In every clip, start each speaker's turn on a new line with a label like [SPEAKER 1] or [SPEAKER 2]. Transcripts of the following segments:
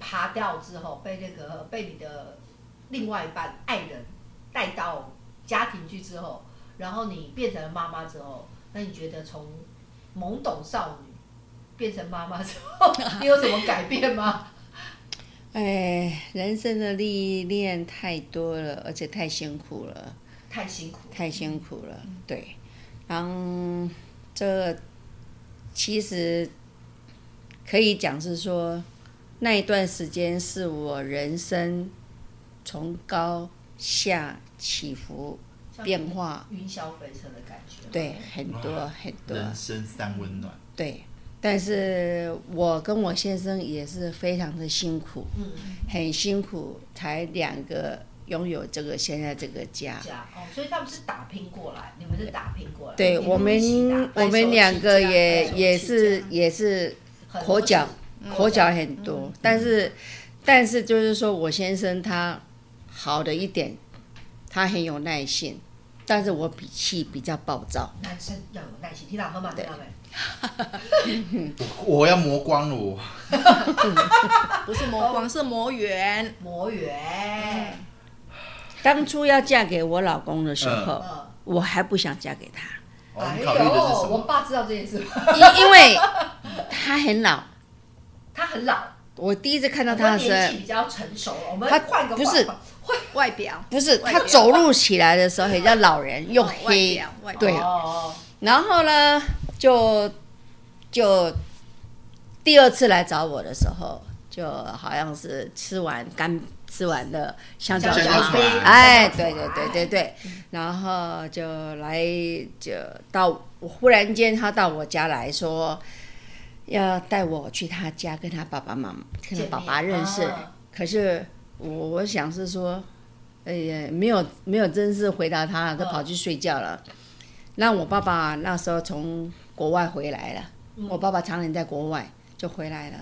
[SPEAKER 1] 查掉之后，被那个被你的另外一半爱人带到家庭去之后，然后你变成了妈妈之后，那你觉得从懵懂少女变成妈妈之后，你有什么改变吗？
[SPEAKER 2] 哎，人生的历练太多了，而且太辛苦了，
[SPEAKER 1] 太辛苦，
[SPEAKER 2] 太辛苦了。对，然后这其实可以讲是说，那一段时间是我人生从高下起伏
[SPEAKER 1] 像
[SPEAKER 2] 变化，
[SPEAKER 1] 云霄飞车的感觉。
[SPEAKER 2] 对，，很多很多。
[SPEAKER 3] 人生三温暖，
[SPEAKER 2] 对，但是我跟我先生也是非常的辛苦，
[SPEAKER 1] 嗯，
[SPEAKER 2] 很辛苦才两个拥有这个现在这个家。
[SPEAKER 1] 家哦，所以他们是打拼过来，你们是打拼过来。
[SPEAKER 2] 对
[SPEAKER 1] 你
[SPEAKER 2] 我们
[SPEAKER 1] 一起打，
[SPEAKER 2] 我们两个也也
[SPEAKER 1] 很
[SPEAKER 2] 是
[SPEAKER 1] 多
[SPEAKER 2] 也是
[SPEAKER 1] 事
[SPEAKER 2] 口角，
[SPEAKER 1] 嗯
[SPEAKER 2] 口角很多，但是但是就是说我先生他好的一点，他很有耐性，但是我脾气比较暴躁。
[SPEAKER 1] 男生要有耐心，听到喝吗？听到没？
[SPEAKER 3] 我我要磨光了我，
[SPEAKER 4] 不是魔光，是魔圆。
[SPEAKER 1] 魔缘，
[SPEAKER 2] 当初要嫁给我老公的时候，
[SPEAKER 1] 嗯，
[SPEAKER 2] 我还不想嫁给他。
[SPEAKER 3] 哦
[SPEAKER 1] 哎
[SPEAKER 3] 你考虑的是什
[SPEAKER 1] 我
[SPEAKER 3] 么？
[SPEAKER 1] 爸知道这件事吗？
[SPEAKER 2] 因因为他很老，
[SPEAKER 1] 他很老，
[SPEAKER 2] 我第一次看到他的时
[SPEAKER 1] 年纪
[SPEAKER 2] 候，
[SPEAKER 1] 比较成熟了。我们
[SPEAKER 2] 他
[SPEAKER 1] 换个
[SPEAKER 2] 不是
[SPEAKER 1] 话
[SPEAKER 4] 外表
[SPEAKER 2] 不是
[SPEAKER 4] 外
[SPEAKER 2] 他
[SPEAKER 4] 表
[SPEAKER 2] 走路起来的时候，很像老人又
[SPEAKER 4] 哦外
[SPEAKER 2] 黑
[SPEAKER 4] 表，外表
[SPEAKER 2] 对啊
[SPEAKER 1] 哦，哦，
[SPEAKER 2] 然后呢，就就第二次来找我的时候，就好像是吃完干吃完了香蕉
[SPEAKER 3] 香蕉
[SPEAKER 2] 船，
[SPEAKER 3] 船
[SPEAKER 2] 哎，对对对对对，然后就来就到我忽然间他到我家来说。要带我去他家，跟他爸爸妈妈、跟他
[SPEAKER 1] 见
[SPEAKER 2] 爸
[SPEAKER 1] 面
[SPEAKER 2] 爸认识，
[SPEAKER 1] 啊
[SPEAKER 2] 可是我我想是说，哎呀，没有没有正式回答他，他
[SPEAKER 1] 嗯
[SPEAKER 2] 跑去睡觉了。那我爸爸那时候从国外回来了，我爸爸常年在国外就回来了，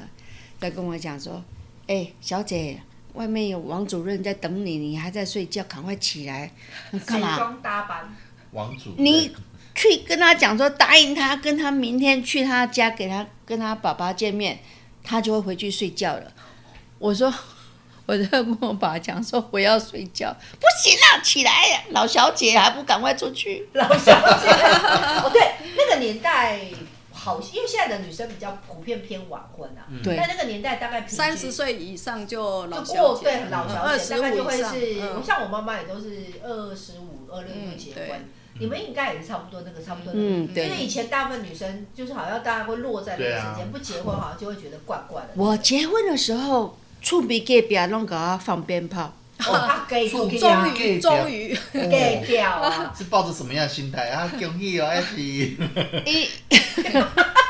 [SPEAKER 2] 再跟我讲说，哎、小姐。外面有王主任在等你，你还在睡觉，赶快起来！
[SPEAKER 1] 西
[SPEAKER 2] 干嘛？
[SPEAKER 1] 装打扮，
[SPEAKER 3] 王主任，
[SPEAKER 2] 你去跟他讲说，答应他，跟他明天去他家给他跟他爸爸见面，他就会回去睡觉了。我说， 我就跟我爸讲说我要睡觉，不行啊，起来呀，老小姐还不赶快出去？
[SPEAKER 1] 老小姐。 哦，对，那个年代好，因为现在的女生比较普遍偏晚婚啊。
[SPEAKER 2] 对
[SPEAKER 1] 但那个年代大概平均
[SPEAKER 4] 三十岁以上就老
[SPEAKER 1] 就
[SPEAKER 4] 小
[SPEAKER 1] 过
[SPEAKER 4] 姐，
[SPEAKER 1] 哦对老小
[SPEAKER 4] 嗯二
[SPEAKER 1] 姐，
[SPEAKER 4] 十
[SPEAKER 1] 大概就
[SPEAKER 4] 五
[SPEAKER 1] 会
[SPEAKER 4] 以上，
[SPEAKER 1] 是，
[SPEAKER 4] 嗯
[SPEAKER 1] 像我妈妈也都是二十五、二六就
[SPEAKER 4] 嗯
[SPEAKER 1] 结
[SPEAKER 4] 对
[SPEAKER 1] 婚，你们应该也是差不多那个差不多那个
[SPEAKER 2] 嗯，
[SPEAKER 1] 因为
[SPEAKER 2] 对，
[SPEAKER 1] 以前大部分女生就是好像大家会落在那个时
[SPEAKER 3] 对
[SPEAKER 1] 间，
[SPEAKER 3] 啊
[SPEAKER 1] 不结婚好像就会觉得怪怪的。哦
[SPEAKER 2] 我结婚的时候，厝边隔壁弄给我放鞭炮，
[SPEAKER 1] 哦，啊，给
[SPEAKER 3] 终于
[SPEAKER 1] 给
[SPEAKER 4] 终于终于，
[SPEAKER 1] 给掉啊！
[SPEAKER 3] 哦是抱着什么样的心态啊？恭喜哦，还是
[SPEAKER 2] 一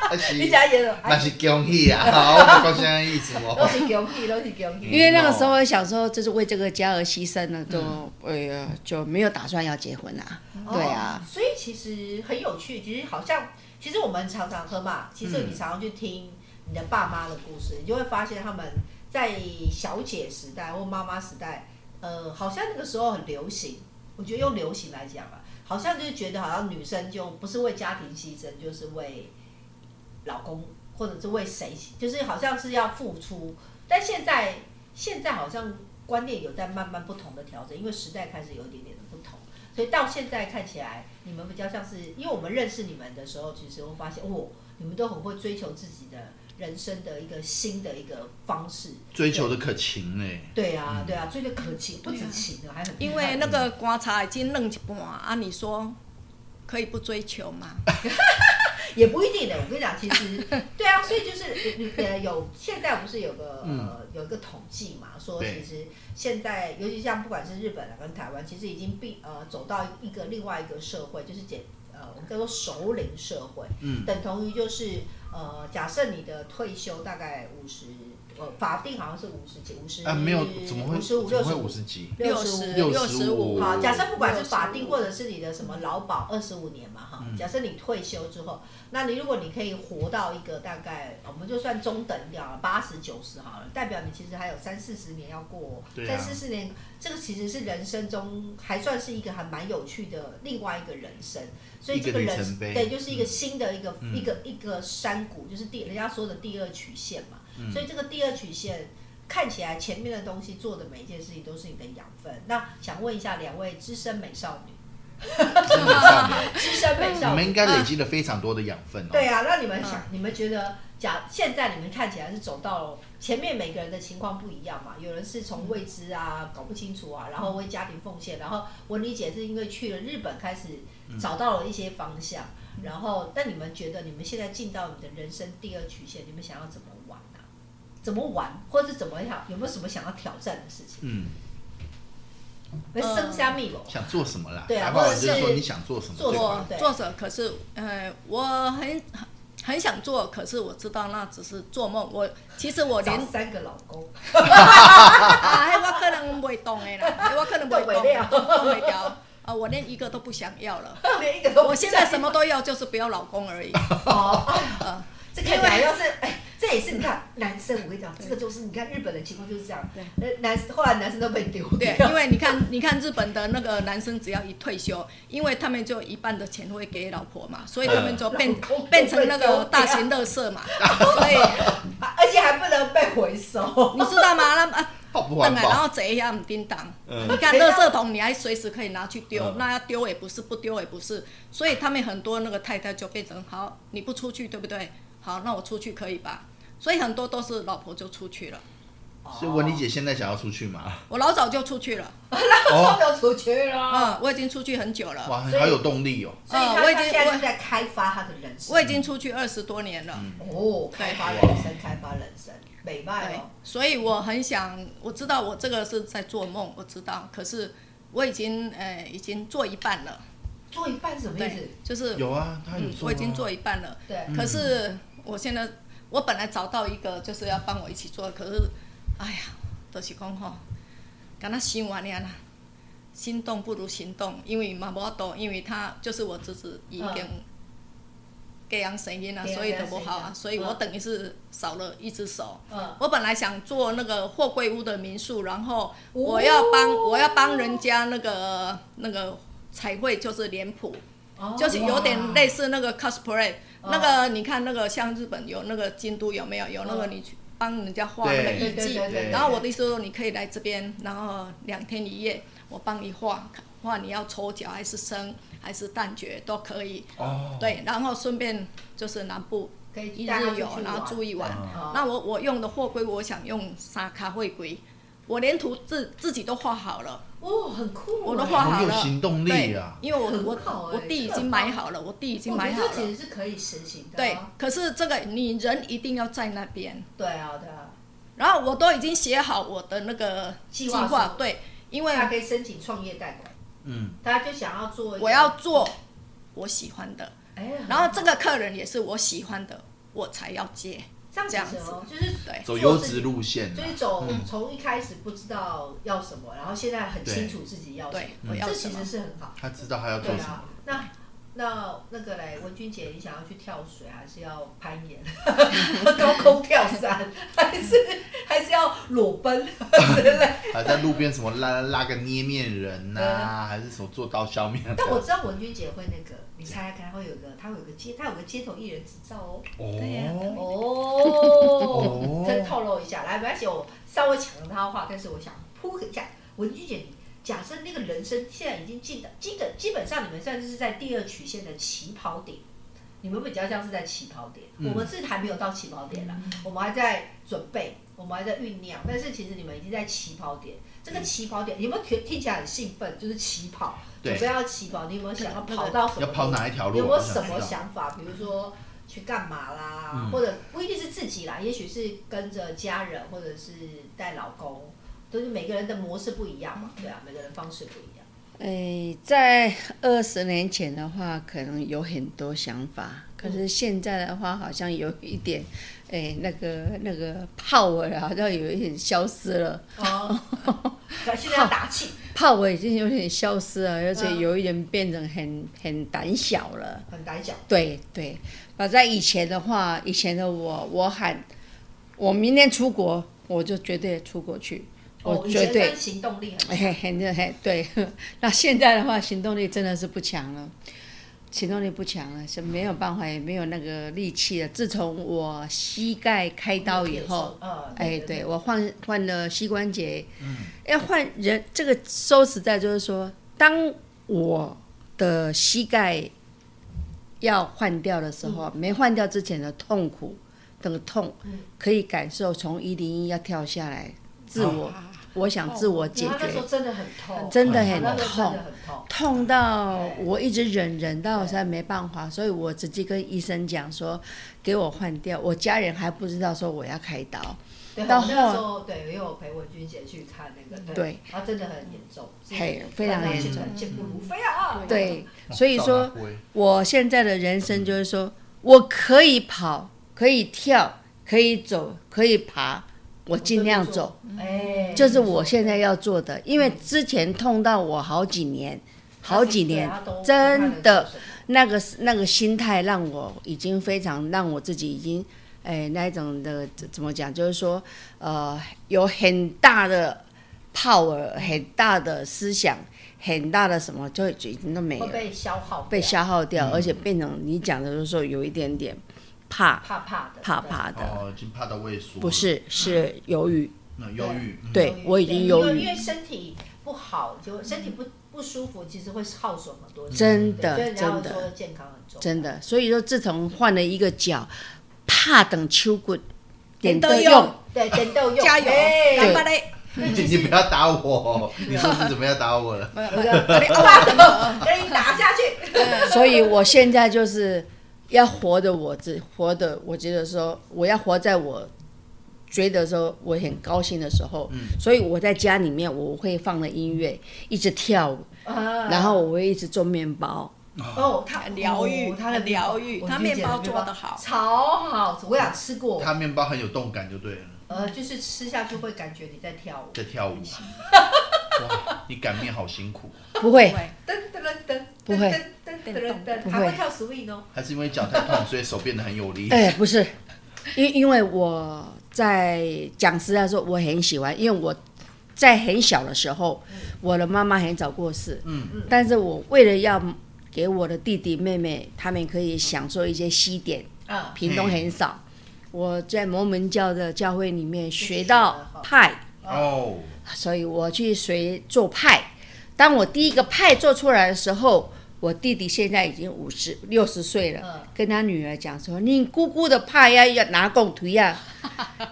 [SPEAKER 3] 还
[SPEAKER 1] 你
[SPEAKER 3] 是，
[SPEAKER 1] 讲也有，
[SPEAKER 3] 那
[SPEAKER 1] 哎，
[SPEAKER 3] 是恭喜啊！ 好，我讲现在意思
[SPEAKER 1] 都
[SPEAKER 3] 哦。
[SPEAKER 1] 是恭喜，都是恭喜。
[SPEAKER 2] 因为那个时候小时候就是为这个家而牺牲了，就哎呀就没有打算要结婚啊，对啊
[SPEAKER 1] 哦，，所以其实很有趣，其实好像，其实我们常常喝嘛，其实你常常去听你的爸妈的故事，你就会发现他们在小姐时代或妈妈时代，呃，好像那个时候很流行，我觉得用流行来讲吧，好像就是觉得好像女生就不是为家庭牺牲，就是为老公或者是为谁牺，就是好像是要付出，但现在现在好像观念有在慢慢不同的调整，因为时代开始有一点点的不同，所以到现在看起来，你们比较像是，因为我们认识你们的时候，其实我发现，哦，你们都很会追求自己的人生的一个新的一个方式。
[SPEAKER 3] 追求的可勤嘞、
[SPEAKER 1] 对啊，对啊，追的可勤，不止勤了，还很
[SPEAKER 4] 因为那个观察已经愣一半啊，你说可以不追求吗？
[SPEAKER 1] 也不一定的。我跟你讲，其实对啊，所以就是你呃有现在不是有个呃有一个统计嘛，说
[SPEAKER 3] 嗯对
[SPEAKER 1] 其实现在尤其像不管是日本啊跟台湾，其实已经并呃走到一个另外一个社会，就是简呃我们叫做熟龄社会，
[SPEAKER 3] 嗯，
[SPEAKER 1] 等同于就是呃假设你的退休大概五十。呃，法定好像是五十几，五十
[SPEAKER 3] 啊，没有，怎么会
[SPEAKER 1] 五十五、
[SPEAKER 3] 怎
[SPEAKER 1] 六
[SPEAKER 3] 么
[SPEAKER 1] 十
[SPEAKER 3] 会
[SPEAKER 1] 五
[SPEAKER 3] 五、十几？
[SPEAKER 1] 六十五、
[SPEAKER 4] 十
[SPEAKER 3] 六
[SPEAKER 4] 六
[SPEAKER 3] 十五
[SPEAKER 4] 五，
[SPEAKER 1] 好，假设不管是
[SPEAKER 4] 65
[SPEAKER 1] 法定或者是你的什么劳保二十五年嘛，哈，
[SPEAKER 3] 嗯
[SPEAKER 1] 假设你退休之后，那你如果你可以活到一个大概，我们就算中等掉了，八十九十好了，代表你其实还有三四十年要过，哦
[SPEAKER 3] 对啊
[SPEAKER 1] 三四十年，这个其实是人生中还算是一个还蛮有趣的另外一个人生，所以这
[SPEAKER 3] 一个
[SPEAKER 1] 人
[SPEAKER 3] 里程碑
[SPEAKER 1] 对，就是一个新的一个、
[SPEAKER 3] 嗯嗯
[SPEAKER 1] 一个一个山谷，就是第人家说的第二曲线嘛，所以这个第二曲线。看起来前面的东西做的每一件事情都是你的养分。那想问一下两位资深美少 女，
[SPEAKER 3] 真的上面
[SPEAKER 1] 资深美
[SPEAKER 3] 你
[SPEAKER 1] 少
[SPEAKER 3] 们
[SPEAKER 1] 女，
[SPEAKER 3] 应该累积了非常多的养分哦。
[SPEAKER 1] 对啊，那你们
[SPEAKER 4] 嗯
[SPEAKER 1] 想，你们觉得假现在你们看起来是走到了前面每个人的情况不一样嘛？有人是从未知
[SPEAKER 4] 嗯
[SPEAKER 1] 啊，搞不清楚啊，然后为家庭奉献，然后文理姐是因为去了日本开始
[SPEAKER 4] 嗯
[SPEAKER 1] 找到了一些方向，然后那你们觉得你们现在进到你的人生第二曲线，你们想要怎么玩啊？怎么玩，或者怎么样？有没有什么想要挑战的事情？
[SPEAKER 3] 嗯，
[SPEAKER 1] 那
[SPEAKER 4] 嗯
[SPEAKER 1] 生虾米罗，
[SPEAKER 3] 想做什么啦？
[SPEAKER 1] 对啊
[SPEAKER 3] 白话文就
[SPEAKER 1] 或
[SPEAKER 3] 是
[SPEAKER 1] 者
[SPEAKER 3] 说
[SPEAKER 1] 是
[SPEAKER 3] 你想做什么
[SPEAKER 1] 做
[SPEAKER 3] 对
[SPEAKER 1] 什么
[SPEAKER 3] 吧？
[SPEAKER 1] 对
[SPEAKER 4] 作者可是，呃，我很很想做，可是我知道那只是做梦。我其实我连
[SPEAKER 1] 找三个老 公，
[SPEAKER 4] 啊，迄我可能袂动的 啦，迄我可能袂动，
[SPEAKER 1] 动不了
[SPEAKER 4] 动袂了。啊，我连一个都不想要了。
[SPEAKER 1] 连一个都不
[SPEAKER 4] 我现在
[SPEAKER 1] 像
[SPEAKER 4] 什么都要，就是不要老公而已。
[SPEAKER 1] 哦，哎
[SPEAKER 4] 啊，
[SPEAKER 1] 这看起来要是哎，这也是你看男生，我跟你讲，这个就是你看日本的情况就是这样，
[SPEAKER 4] 对
[SPEAKER 1] 呃，男后来男生都被丢
[SPEAKER 4] 对
[SPEAKER 1] 掉，，
[SPEAKER 4] 因为你看，你看日本的那个男生只要一退休，因为他们就一半的钱会给老婆嘛，所以他们就变
[SPEAKER 1] 老公都被
[SPEAKER 4] 变成那
[SPEAKER 1] 丢
[SPEAKER 4] 个
[SPEAKER 1] 掉
[SPEAKER 4] 大型乐色嘛。所以
[SPEAKER 1] 啊而且还不能被回收。
[SPEAKER 4] 你知道吗？那啊，
[SPEAKER 3] 好不
[SPEAKER 4] 本
[SPEAKER 3] 环
[SPEAKER 4] 来然
[SPEAKER 3] 保。
[SPEAKER 4] 后这一下唔叮当，
[SPEAKER 3] 嗯
[SPEAKER 4] 你看
[SPEAKER 1] 谁
[SPEAKER 4] 垃
[SPEAKER 1] 要
[SPEAKER 4] 圾桶你还随时可以拿去丢，
[SPEAKER 3] 嗯
[SPEAKER 4] 那要丢也不是，不丢也不是，所以他们很多那个太太就变成好，你不出去对不对？好，那我出去可以吧？所以很多都是老婆就出去了，
[SPEAKER 3] 所以文理姐现在想要出去吗？
[SPEAKER 4] 我老早就出去了，
[SPEAKER 1] 哦，
[SPEAKER 3] 哦，
[SPEAKER 1] 都出去了。
[SPEAKER 4] 啊、我已经出去很久了，
[SPEAKER 3] 哇，
[SPEAKER 1] 所以
[SPEAKER 3] 好有动力哦。
[SPEAKER 1] 所以
[SPEAKER 4] 啊
[SPEAKER 1] 他
[SPEAKER 4] 我已
[SPEAKER 1] 他
[SPEAKER 4] 经
[SPEAKER 1] 现在
[SPEAKER 4] 我
[SPEAKER 1] 就在开发他的人生
[SPEAKER 4] 我，已经出去二十多年了，
[SPEAKER 3] 嗯
[SPEAKER 1] 哦，开发人生，开发人生，美迈
[SPEAKER 4] 对
[SPEAKER 1] 哦，，
[SPEAKER 4] 哎所以我很想，我知道我这个是在做梦，我知道，可是我已经呃已经做一半了，
[SPEAKER 1] 做一半是什么意思
[SPEAKER 4] 对？，就是
[SPEAKER 3] 有啊，他有
[SPEAKER 4] 嗯，
[SPEAKER 3] 做、啊
[SPEAKER 4] 我已经做一半了。
[SPEAKER 1] 对，
[SPEAKER 4] 可是我现在，我本来找到一个就是要帮我一起做，可是，哎呀，就是讲吼，跟他想完了啦，心动不如行动，因为嘛无多，因为他就是我侄子已经
[SPEAKER 1] 嗯
[SPEAKER 4] 给养生音了，
[SPEAKER 1] 嫁人
[SPEAKER 4] 所以都不好
[SPEAKER 1] 嫁
[SPEAKER 4] 啊，
[SPEAKER 1] 人
[SPEAKER 4] 所以我
[SPEAKER 1] 嗯
[SPEAKER 4] 等于是少了一只手。
[SPEAKER 1] 嗯，
[SPEAKER 4] 我本来想做那个货柜屋的民宿，然后我要帮、我要帮人家那个那个彩绘，就是脸谱。
[SPEAKER 1] 哦
[SPEAKER 4] 就是有点类似那个 cosplay，、
[SPEAKER 1] 哦
[SPEAKER 4] 那个你看那个像日本有那个京都有没有有那个
[SPEAKER 1] 嗯
[SPEAKER 4] 你去帮人家画那个
[SPEAKER 3] 对
[SPEAKER 4] 艺
[SPEAKER 1] 对对
[SPEAKER 4] 伎
[SPEAKER 1] 对对，
[SPEAKER 4] 然后我的意思说你可以来这边，然后两天一夜我帮你画，画你要抽角还是生还是蛋卷都可以，
[SPEAKER 3] 哦，
[SPEAKER 4] 对，然后顺便就是南部
[SPEAKER 1] 哦可以
[SPEAKER 4] 一
[SPEAKER 1] 带他
[SPEAKER 4] 日
[SPEAKER 1] 出去
[SPEAKER 4] 游，
[SPEAKER 1] 玩
[SPEAKER 4] 然后住一晚。
[SPEAKER 1] 哦
[SPEAKER 4] 那我我用的货柜，我想用沙卡会柜，我连图自自己都画好了。
[SPEAKER 1] 哦，很酷哎，
[SPEAKER 4] 我都画
[SPEAKER 3] 好
[SPEAKER 4] 好
[SPEAKER 3] 有
[SPEAKER 4] 了，
[SPEAKER 3] 行动力啊！
[SPEAKER 4] 对因为我
[SPEAKER 1] 很好
[SPEAKER 4] 我
[SPEAKER 1] 欸
[SPEAKER 4] 我地已经买好了，我地已经
[SPEAKER 1] 我觉
[SPEAKER 4] 买
[SPEAKER 1] 得
[SPEAKER 4] 好
[SPEAKER 1] 这其
[SPEAKER 4] 了。
[SPEAKER 1] 实是啊可以实行的
[SPEAKER 4] 对
[SPEAKER 1] 啊，，
[SPEAKER 4] 可是这个你人一定要在那边，
[SPEAKER 1] 对啊，对啊，
[SPEAKER 4] 然后我都已经写好我的那个
[SPEAKER 1] 计
[SPEAKER 4] 计
[SPEAKER 1] 划书
[SPEAKER 4] 划，对，因为
[SPEAKER 1] 他可以申请创业贷款。
[SPEAKER 3] 嗯，
[SPEAKER 1] 大家就想要做一个，
[SPEAKER 4] 我要做我喜欢的，
[SPEAKER 1] 哎，
[SPEAKER 4] 然后这个客人也是我喜欢的，我才要接。
[SPEAKER 1] 这样子哦，就是
[SPEAKER 4] 对
[SPEAKER 3] 走
[SPEAKER 1] 做
[SPEAKER 3] 优
[SPEAKER 1] 自己
[SPEAKER 3] 质路线
[SPEAKER 1] 就
[SPEAKER 3] 啊、
[SPEAKER 1] 是走从一开始不知道要什么，然后现在很清楚自己要什
[SPEAKER 4] 对，
[SPEAKER 1] 么，
[SPEAKER 4] 我要
[SPEAKER 1] 这
[SPEAKER 4] 什
[SPEAKER 1] 其
[SPEAKER 4] 么
[SPEAKER 1] 实？是很好。
[SPEAKER 3] 他知道他要做
[SPEAKER 1] 对
[SPEAKER 3] 什么
[SPEAKER 1] 啊。，那那那个嘞，文君姐，你想要去跳水，还是要攀岩、高空跳伞，还是还是要裸奔之类？
[SPEAKER 3] 还在路边什么拉拉个捏面人呐、啊还是什么做刀削面、啊？
[SPEAKER 1] 但我知道文君姐会那个，你猜猜看，她会有个，她会有个街，她有个街头艺人执照哦。
[SPEAKER 4] 对呀
[SPEAKER 3] 哦，
[SPEAKER 1] 哦，再透露一下，来，没关系，我稍微抢了他的话，但是我想铺一下，文具姐，你假设那个人生现在已经进的，基本基本上你们算是在第二曲线的起跑点，你们比较像是在起跑点，
[SPEAKER 3] 嗯
[SPEAKER 1] 我们是还没有到起跑点啦，我们还在准备，我们还在酝酿，但是其实你们已经在起跑点。这个起跑点，你有没有觉得听起来很兴奋？就是起跑，
[SPEAKER 3] 对
[SPEAKER 1] 准备要起跑，你有没有想要
[SPEAKER 4] 那个
[SPEAKER 1] 跑到什么？
[SPEAKER 3] 要跑哪一条路？
[SPEAKER 1] 有没有
[SPEAKER 3] 我
[SPEAKER 1] 什
[SPEAKER 3] 想
[SPEAKER 1] 么
[SPEAKER 3] 知道。
[SPEAKER 1] 想法？比如说去干嘛啦，
[SPEAKER 3] 嗯
[SPEAKER 1] 或者不一定是自己啦，也许是跟着家人，或者是带老公，都是每个人的模式不一样嘛。
[SPEAKER 3] 嗯
[SPEAKER 1] 对啊，每个人方式不一样。
[SPEAKER 2] 诶，在二十年前的话，可能有很多想法，可是现在的话，好像有一点，诶，那个那个 power 啊好像有一点消失了。
[SPEAKER 1] 哦， 咱现在要打气，
[SPEAKER 2] 怕我已经有点消失了，而且
[SPEAKER 1] 嗯
[SPEAKER 2] 有一点变成很很胆小了。
[SPEAKER 1] 很胆小。
[SPEAKER 2] 对对，反在以前的话，以前的我，我喊我明天出国，我就绝对出国去，
[SPEAKER 1] 哦，
[SPEAKER 2] 我
[SPEAKER 1] 以
[SPEAKER 2] 绝
[SPEAKER 1] 前
[SPEAKER 2] 对
[SPEAKER 1] 算行 动力很强。
[SPEAKER 2] 嘿嘿，那嘿，对。那现在的话，行动力真的是不强了。行动力不强了，是没有办法，也没有那个力气了。自从我膝盖开刀以后，，
[SPEAKER 1] 嗯，
[SPEAKER 2] 哎，对我换换了膝关节，要换人这个说实在就是说，当我的膝盖要换掉的时候，没换掉之前的痛苦，那个痛可以感受从一零一要跳下来，自
[SPEAKER 4] 哦
[SPEAKER 2] 我、我想自我解
[SPEAKER 1] 然后
[SPEAKER 2] 决
[SPEAKER 1] 那时，候真的很痛，
[SPEAKER 2] 真
[SPEAKER 3] 的
[SPEAKER 1] 嗯
[SPEAKER 3] 很
[SPEAKER 1] 那时候
[SPEAKER 2] 痛
[SPEAKER 1] 真的很痛。
[SPEAKER 2] 痛到
[SPEAKER 1] 对
[SPEAKER 2] 我一直忍忍到我实在没办法，所以我直接跟医生讲说，给我换掉。我家人还不知道说我要开刀，
[SPEAKER 1] 对，
[SPEAKER 2] 到
[SPEAKER 1] 我那
[SPEAKER 2] 后
[SPEAKER 1] 时候对，因为我陪文君姐去看那个，
[SPEAKER 2] 对，
[SPEAKER 1] 她真的很严重，
[SPEAKER 2] 嘿，非常严重。
[SPEAKER 1] 健步如飞啊！
[SPEAKER 2] 对，所以说
[SPEAKER 3] 赵大辉
[SPEAKER 2] 我现在的人生就是说，我可以跑，可以跳，可以走，可以爬，我尽量走，，
[SPEAKER 1] 哎，
[SPEAKER 2] 就是我现在要做的。因为之前痛到我好几年，好几年，真的那个那个心态让我已经非常让我自己已经，哎，那一种的怎怎么讲，就是说，呃，有很大的 power，很大的思想，很大的什么，就已经都没有
[SPEAKER 1] 会。被消耗掉，
[SPEAKER 2] 被消耗掉，而且变成你讲的就是说有一点点怕
[SPEAKER 1] 怕怕的，
[SPEAKER 2] 怕怕的，
[SPEAKER 3] 哦，已经怕到胃缩，
[SPEAKER 2] 不，是是忧郁，
[SPEAKER 3] 那忧郁，嗯
[SPEAKER 2] 对我已经忧
[SPEAKER 1] 因为因
[SPEAKER 2] 郁，
[SPEAKER 1] 为身体不好，就身体不不舒服，其实会耗损很多钱。
[SPEAKER 2] 真
[SPEAKER 1] 对所以
[SPEAKER 2] 的
[SPEAKER 1] 人家
[SPEAKER 2] 真
[SPEAKER 1] 会
[SPEAKER 2] 的
[SPEAKER 1] 说健康很重要，
[SPEAKER 2] 真的，所以说自从换了一个脚，怕等秋棍，点
[SPEAKER 4] 都
[SPEAKER 2] 都
[SPEAKER 4] 用
[SPEAKER 2] 用，
[SPEAKER 1] 对，等到用
[SPEAKER 4] 加油，
[SPEAKER 1] 哎
[SPEAKER 4] 干巴嘞！
[SPEAKER 3] 你你不要打我，你是不是准备要打我了？
[SPEAKER 4] 没有
[SPEAKER 1] 我
[SPEAKER 4] 没有
[SPEAKER 1] 的
[SPEAKER 4] 你哦
[SPEAKER 1] 巴豆给你打下去，
[SPEAKER 2] 所以我现在就是要活的我自活的，我觉得说我要活在我觉得说我很高兴的时候，所以我在家里面我会放了音乐，一直跳舞，
[SPEAKER 1] 啊
[SPEAKER 2] 然后我会一直做面包。
[SPEAKER 1] 哦，他
[SPEAKER 4] 很疗愈
[SPEAKER 1] 哦他的
[SPEAKER 4] 很疗愈
[SPEAKER 1] 我
[SPEAKER 4] 他
[SPEAKER 1] 理解
[SPEAKER 4] 面包
[SPEAKER 1] 了
[SPEAKER 4] 做得好
[SPEAKER 1] 超好吃，我想吃过，
[SPEAKER 3] 他面包很有动感就对了，
[SPEAKER 1] 呃，就是吃下去会感觉你在跳舞，
[SPEAKER 3] 在跳舞。啊哇，你擀面好辛苦，
[SPEAKER 2] 不会，
[SPEAKER 1] 噔噔噔噔，
[SPEAKER 2] 不会
[SPEAKER 1] 噔噔噔噔噔，
[SPEAKER 2] 不
[SPEAKER 1] 还会
[SPEAKER 2] 会
[SPEAKER 1] 跳 swing 哦，
[SPEAKER 3] 还是因为脚太痛，所以手变得很有力。
[SPEAKER 2] 哎、不是，因因为我在讲实在说，我很喜欢，因为我在很小的时候，我的妈妈很早过世，
[SPEAKER 3] 嗯
[SPEAKER 2] 嗯，但是我为了要给我的弟弟妹妹他们可以享受一些西点，
[SPEAKER 1] 啊，
[SPEAKER 2] 屏东很少，我在摩门教的教会里面
[SPEAKER 1] 己
[SPEAKER 2] 学
[SPEAKER 1] 学
[SPEAKER 2] 到
[SPEAKER 1] 了哈
[SPEAKER 2] 派，
[SPEAKER 3] 哦，
[SPEAKER 2] 所以我去学做派。当我第一个派做出来的时候，我弟弟现在已经五十六十岁了，
[SPEAKER 1] 嗯
[SPEAKER 2] 跟他女儿讲说：“你姑姑的派要要拿拱腿呀、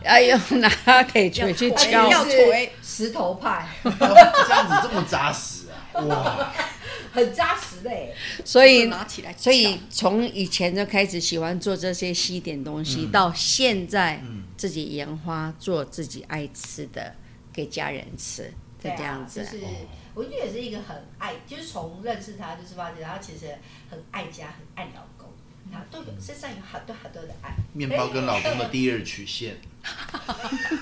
[SPEAKER 2] 啊，要用 拿铁锤去
[SPEAKER 4] 哎
[SPEAKER 2] 敲。
[SPEAKER 4] 要捶
[SPEAKER 1] 石头派，
[SPEAKER 3] 哦这样子这么扎实啊！哇，
[SPEAKER 1] 很扎实嘞，”
[SPEAKER 2] 所
[SPEAKER 4] 就
[SPEAKER 2] 以，
[SPEAKER 4] 拿起来，
[SPEAKER 2] 所以从以前就开始喜欢做这些西点东西，
[SPEAKER 1] 嗯
[SPEAKER 2] 到现在自己研发做自己爱吃的给家人吃，就
[SPEAKER 1] 对啊
[SPEAKER 2] 这样子。
[SPEAKER 1] 就是我觉得也是一个很爱，就是从认识他就是发现他其实很爱家，很爱老公，
[SPEAKER 2] 嗯
[SPEAKER 1] 然后都有身上有好多好多的爱。
[SPEAKER 3] 面包跟老公的第二曲线，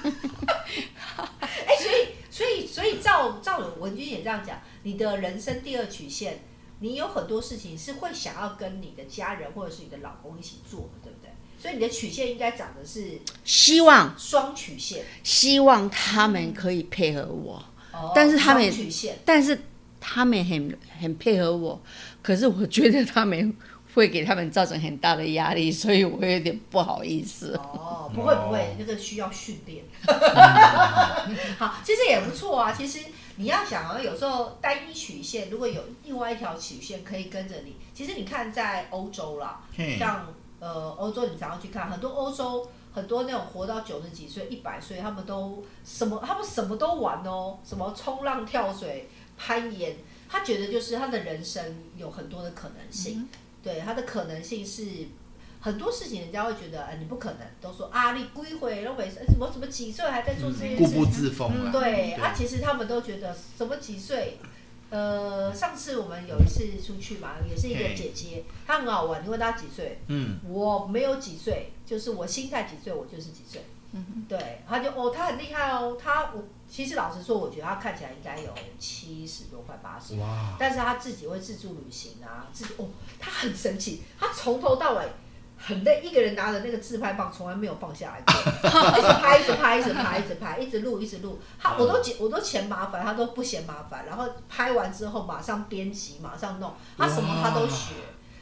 [SPEAKER 1] 哎，所以所以所以照照文君也这样讲，你的人生第二曲线，你有很多事情是会想要跟你的家人或者是你的老公一起做的，对不对？所以你的曲线应该长的是
[SPEAKER 2] 希望
[SPEAKER 1] 双曲线，
[SPEAKER 2] 希望他们可以配合我，
[SPEAKER 1] 哦，
[SPEAKER 2] 但是他们
[SPEAKER 1] 双曲线
[SPEAKER 2] 但是他们很很配合我，可是我觉得他们会给他们造成很大的压力，所以我有点不好意思。
[SPEAKER 1] 哦，不会不会
[SPEAKER 3] 哦，
[SPEAKER 1] 那个需要训练。 好，其实也不错啊。其实你要想啊，有时候单一曲线如果有另外一条曲线可以跟着你，其实你看在欧洲啦，
[SPEAKER 3] 嘿，
[SPEAKER 1] 像呃欧洲，你常常去看，很多欧洲很多那种活到九十几岁、一百岁，他们都什么，他们什么都玩哦，什么冲浪、跳水、攀岩，他觉得就是他的人生有很多的可能性，对他的可能性是。很多事情人家会觉得，呃，你不可能，都说啊，你归回了，为什么怎么几岁还在哎做这件
[SPEAKER 3] 嗯固
[SPEAKER 1] 事
[SPEAKER 3] 步
[SPEAKER 1] 情？
[SPEAKER 3] 自封了。
[SPEAKER 1] 对啊，其实他们都觉得什么几岁，呃，上次我们有一次出去嘛，也是一个
[SPEAKER 3] 嘿
[SPEAKER 1] 姐姐，她很好玩，你问她几岁，
[SPEAKER 3] 嗯，
[SPEAKER 1] 我没有几岁，就是我心态几岁，我就是几岁。嗯，对，他就哦，他很厉害哦，他我其实老实说，我觉得他看起来应该有七十多快八十，
[SPEAKER 3] 哇，
[SPEAKER 1] 但是他自己会自助旅行啊，自己哦，他很神奇，他从头到尾很累，一个人拿着那个自拍棒，从来没有放下来过，一直拍，一直拍，一直拍，一直拍，一直录，一直录。他我都我都嫌麻烦，他都不嫌麻烦。然后拍完之后马上编辑，马上弄，他什么他都学。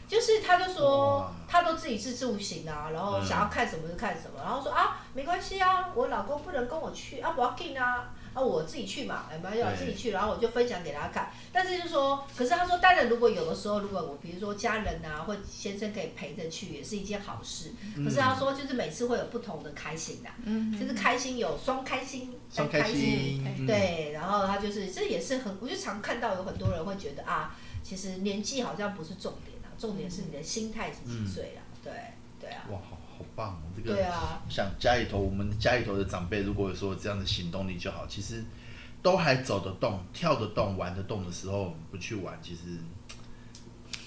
[SPEAKER 1] 就是他就说
[SPEAKER 3] 哇
[SPEAKER 1] 他都自己自助行啊，然后想要看什么就看什么，然后说啊没关系啊，我老公不能跟我去啊，我要进啊。啊，我自己去嘛，哎没有
[SPEAKER 3] 对
[SPEAKER 1] 自己去，然后我就分享给他看。但是就说，可是他说，当然如果有的时候，如果我比如说家人啊或先生可以陪着去，也是一件好事。
[SPEAKER 3] 嗯
[SPEAKER 1] 可是他说，就是每次会有不同的开心的、
[SPEAKER 4] 嗯，
[SPEAKER 1] 就是开心有双开心，
[SPEAKER 3] 双
[SPEAKER 1] 单
[SPEAKER 3] 开
[SPEAKER 1] 心
[SPEAKER 3] 心，嗯，
[SPEAKER 1] 对，然后他就是这也是很，我就常看到有很多人会觉得啊，其实年纪好像不是重点啊，重点是你的心态是几岁啊？对对啊，
[SPEAKER 3] 哇，好好棒哦，这个
[SPEAKER 1] 对啊，
[SPEAKER 3] 像家里头，我们家里头的长辈，如果说有这样的行动力就好，其实都还走得动、跳得动、玩得动的时候，不去玩，其实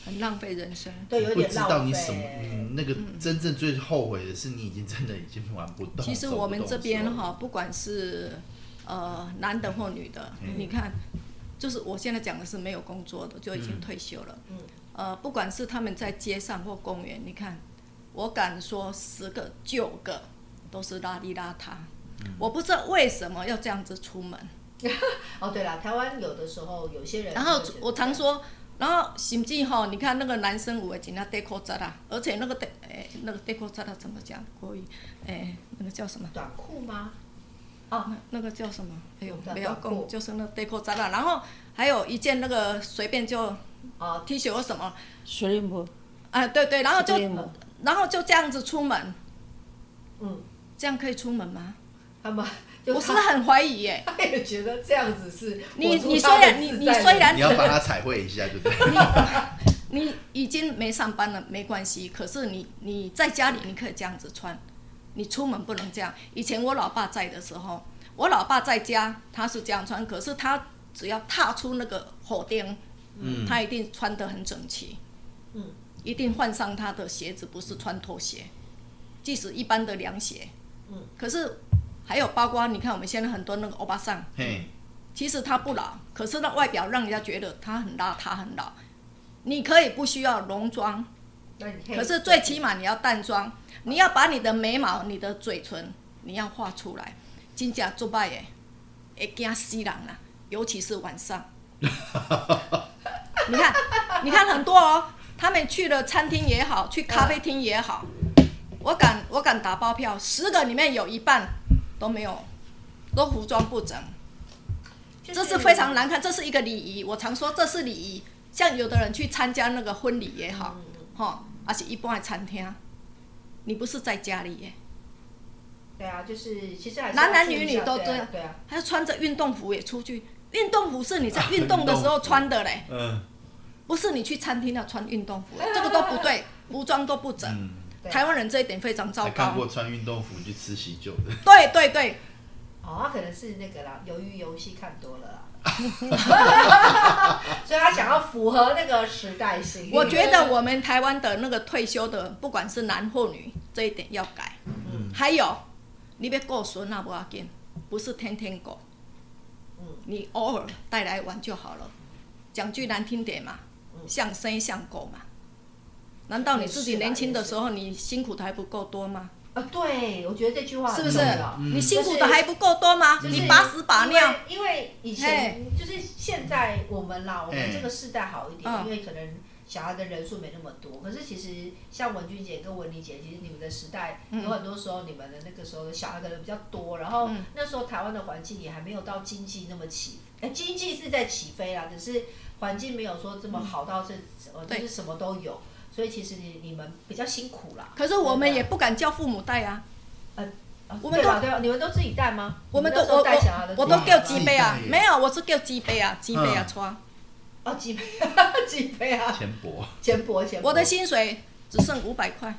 [SPEAKER 4] 很浪费人生。
[SPEAKER 1] 对，有
[SPEAKER 3] 不
[SPEAKER 1] 点
[SPEAKER 3] 知道
[SPEAKER 1] 浪
[SPEAKER 3] 你什么，
[SPEAKER 1] 费。
[SPEAKER 3] 嗯，那个真正最后悔的是，你已经真的已经玩不动。
[SPEAKER 4] 其实
[SPEAKER 3] 走不
[SPEAKER 4] 我们
[SPEAKER 3] 动
[SPEAKER 4] 这
[SPEAKER 3] 的时
[SPEAKER 4] 边
[SPEAKER 3] 候，
[SPEAKER 4] 哈，不管是呃男的或女的，
[SPEAKER 3] 嗯
[SPEAKER 4] 你看，就是我现在讲的是没有工作的，就已经退休了。
[SPEAKER 1] 嗯
[SPEAKER 4] 呃，不管是他们在街上或公园，你看，我敢说十个九个都是邋里邋遢。我不知道为什么要这样子出门。
[SPEAKER 1] 哦，对了，台湾有的时候有些人会
[SPEAKER 4] 然
[SPEAKER 1] 觉得，
[SPEAKER 4] 后我常说，然后甚至吼，你看那个男生有的真的戴口罩啦，而且那个戴诶、那个戴口罩啦怎么讲国语？诶、那个叫什么？
[SPEAKER 1] 短裤吗？哦，
[SPEAKER 4] 那那个叫什么？哎呦，
[SPEAKER 1] 短
[SPEAKER 4] 不要
[SPEAKER 1] 短裤
[SPEAKER 4] 讲，就是那戴口罩啦。然后还有一件那个随便就
[SPEAKER 1] 哦，
[SPEAKER 4] T 恤或什么，
[SPEAKER 2] 水灵不？
[SPEAKER 4] 啊对对，然后就
[SPEAKER 2] 水灵不
[SPEAKER 4] 然后就这样子出门，
[SPEAKER 1] 嗯，
[SPEAKER 4] 这样可以出门吗？
[SPEAKER 1] 他们就
[SPEAKER 4] 我是
[SPEAKER 1] 他
[SPEAKER 4] 很怀疑 耶、
[SPEAKER 1] 他也觉得这样子是
[SPEAKER 4] 你
[SPEAKER 1] 活出
[SPEAKER 4] 你
[SPEAKER 1] 他
[SPEAKER 4] 虽然
[SPEAKER 1] 的
[SPEAKER 4] 你
[SPEAKER 1] 自
[SPEAKER 4] 你
[SPEAKER 1] 在
[SPEAKER 4] 虽
[SPEAKER 1] 的
[SPEAKER 4] 然
[SPEAKER 3] 你要把它彩绘一下，就对了。
[SPEAKER 4] 你已经没上班了，没关系。可是你你在家里你可以这样子穿，你出门不能这样。以前我老爸在的时候，我老爸在家他是这样穿，可是他只要踏出那个火店，
[SPEAKER 3] 嗯，
[SPEAKER 4] 他一定穿得很整齐，
[SPEAKER 1] 嗯，
[SPEAKER 4] 一定换上他的鞋子，不是穿拖鞋，即使一般的凉鞋，
[SPEAKER 1] 嗯，
[SPEAKER 4] 可是还有包括你看我们现在很多那个欧巴桑，
[SPEAKER 3] 嘿，
[SPEAKER 4] 其实他不老，可是那外表让人家觉得他很邋遢很老。你可以不需要浓妆，
[SPEAKER 1] 那你以
[SPEAKER 4] 可是最起码你要淡妆，你要把你的眉毛、你的嘴唇，你要画出来。真正做歹的，会惊死人啦，尤其是晚上。 你看，你看很多哦，他们去了餐厅也好，去咖啡厅也好，我敢我敢打包票，十个里面有一半都没有，都服装不整。
[SPEAKER 1] 就
[SPEAKER 4] 这是非常难看，这是一个礼仪。我常说这是礼仪，像有的人去参加那个婚礼也好，
[SPEAKER 1] 嗯
[SPEAKER 4] 哈、而且一般的餐厅，你不是在家里耶，
[SPEAKER 1] 对啊，就是其实还是
[SPEAKER 4] 男
[SPEAKER 1] 要
[SPEAKER 4] 男
[SPEAKER 1] 注意
[SPEAKER 4] 女
[SPEAKER 1] 一
[SPEAKER 4] 女
[SPEAKER 1] 下
[SPEAKER 4] 都
[SPEAKER 1] 对啊
[SPEAKER 4] 这样
[SPEAKER 1] 对啊，
[SPEAKER 4] 还要穿着运动服也出去。运动服是你
[SPEAKER 3] 啊
[SPEAKER 4] 在运动的时候穿的嘞，
[SPEAKER 3] 嗯
[SPEAKER 4] 不是你去餐厅要穿运动 服，这个都不对，服装都不整。
[SPEAKER 3] 嗯，
[SPEAKER 1] 对
[SPEAKER 4] 台湾人这一点非常糟
[SPEAKER 3] 还看
[SPEAKER 4] 糕。
[SPEAKER 3] 过穿运动服去吃喜酒的，
[SPEAKER 4] 对对对，
[SPEAKER 1] 哦，他可能是那个啦，鱿鱼游戏看多了 啦，所以他想要符合那个时代性。
[SPEAKER 4] 我觉得我们台湾的那个退休的，不管是男或女，这一点要改。
[SPEAKER 3] 嗯
[SPEAKER 4] 还有，你要顾孙啊，不要紧，不是天天顾，
[SPEAKER 1] 嗯
[SPEAKER 4] 你偶尔带来玩就好了。讲句难听点嘛，
[SPEAKER 1] 嗯
[SPEAKER 4] 像生像狗嘛。难道你自己
[SPEAKER 1] 也是啦
[SPEAKER 4] 年轻的时候，你辛苦的还不够多吗？
[SPEAKER 1] 啊，对，我觉得这句话
[SPEAKER 4] 是
[SPEAKER 1] 很
[SPEAKER 4] 不是
[SPEAKER 1] 重要？
[SPEAKER 3] 嗯
[SPEAKER 4] 你辛苦的还不够多吗？
[SPEAKER 1] 啊就是
[SPEAKER 4] 你把屎把尿，
[SPEAKER 1] 因为因为以前就是现在我们啦，我们
[SPEAKER 3] 哎
[SPEAKER 1] 这个世代好一点，
[SPEAKER 4] 嗯
[SPEAKER 1] 因为可能小孩的人数没那么多。可是其实像文君姐跟文丽姐，其实你们的时代
[SPEAKER 4] 嗯
[SPEAKER 1] 有很多时候你们的那个时候的小孩可能比较多，然后
[SPEAKER 4] 嗯
[SPEAKER 1] 那时候台湾的环境也还没有到经济那么起，哎，经济是在起飞啦，只是环境没有说这么好到这，呃，就
[SPEAKER 4] 对
[SPEAKER 1] 是什么都有。所以其实你你们比较辛苦啦，
[SPEAKER 4] 可是我们也不敢叫父母带啊。
[SPEAKER 1] 啊
[SPEAKER 4] 我们
[SPEAKER 1] 对啦
[SPEAKER 4] 都
[SPEAKER 1] 对啦，你们都自己带吗？
[SPEAKER 4] 我们
[SPEAKER 1] 你
[SPEAKER 4] 都
[SPEAKER 1] 那时候
[SPEAKER 4] 我
[SPEAKER 1] 带小孩的
[SPEAKER 4] 我
[SPEAKER 1] 时候
[SPEAKER 4] 都叫
[SPEAKER 1] 吗
[SPEAKER 4] 鸡杯啊
[SPEAKER 3] 自己带，耶
[SPEAKER 4] 没有，我是叫鸡杯啊，鸡杯啊
[SPEAKER 3] 嗯
[SPEAKER 4] 穿。
[SPEAKER 1] 哦，几倍，几倍啊！
[SPEAKER 3] 钱帛，
[SPEAKER 1] 钱薄钱薄，
[SPEAKER 4] 我的薪水只剩五百块，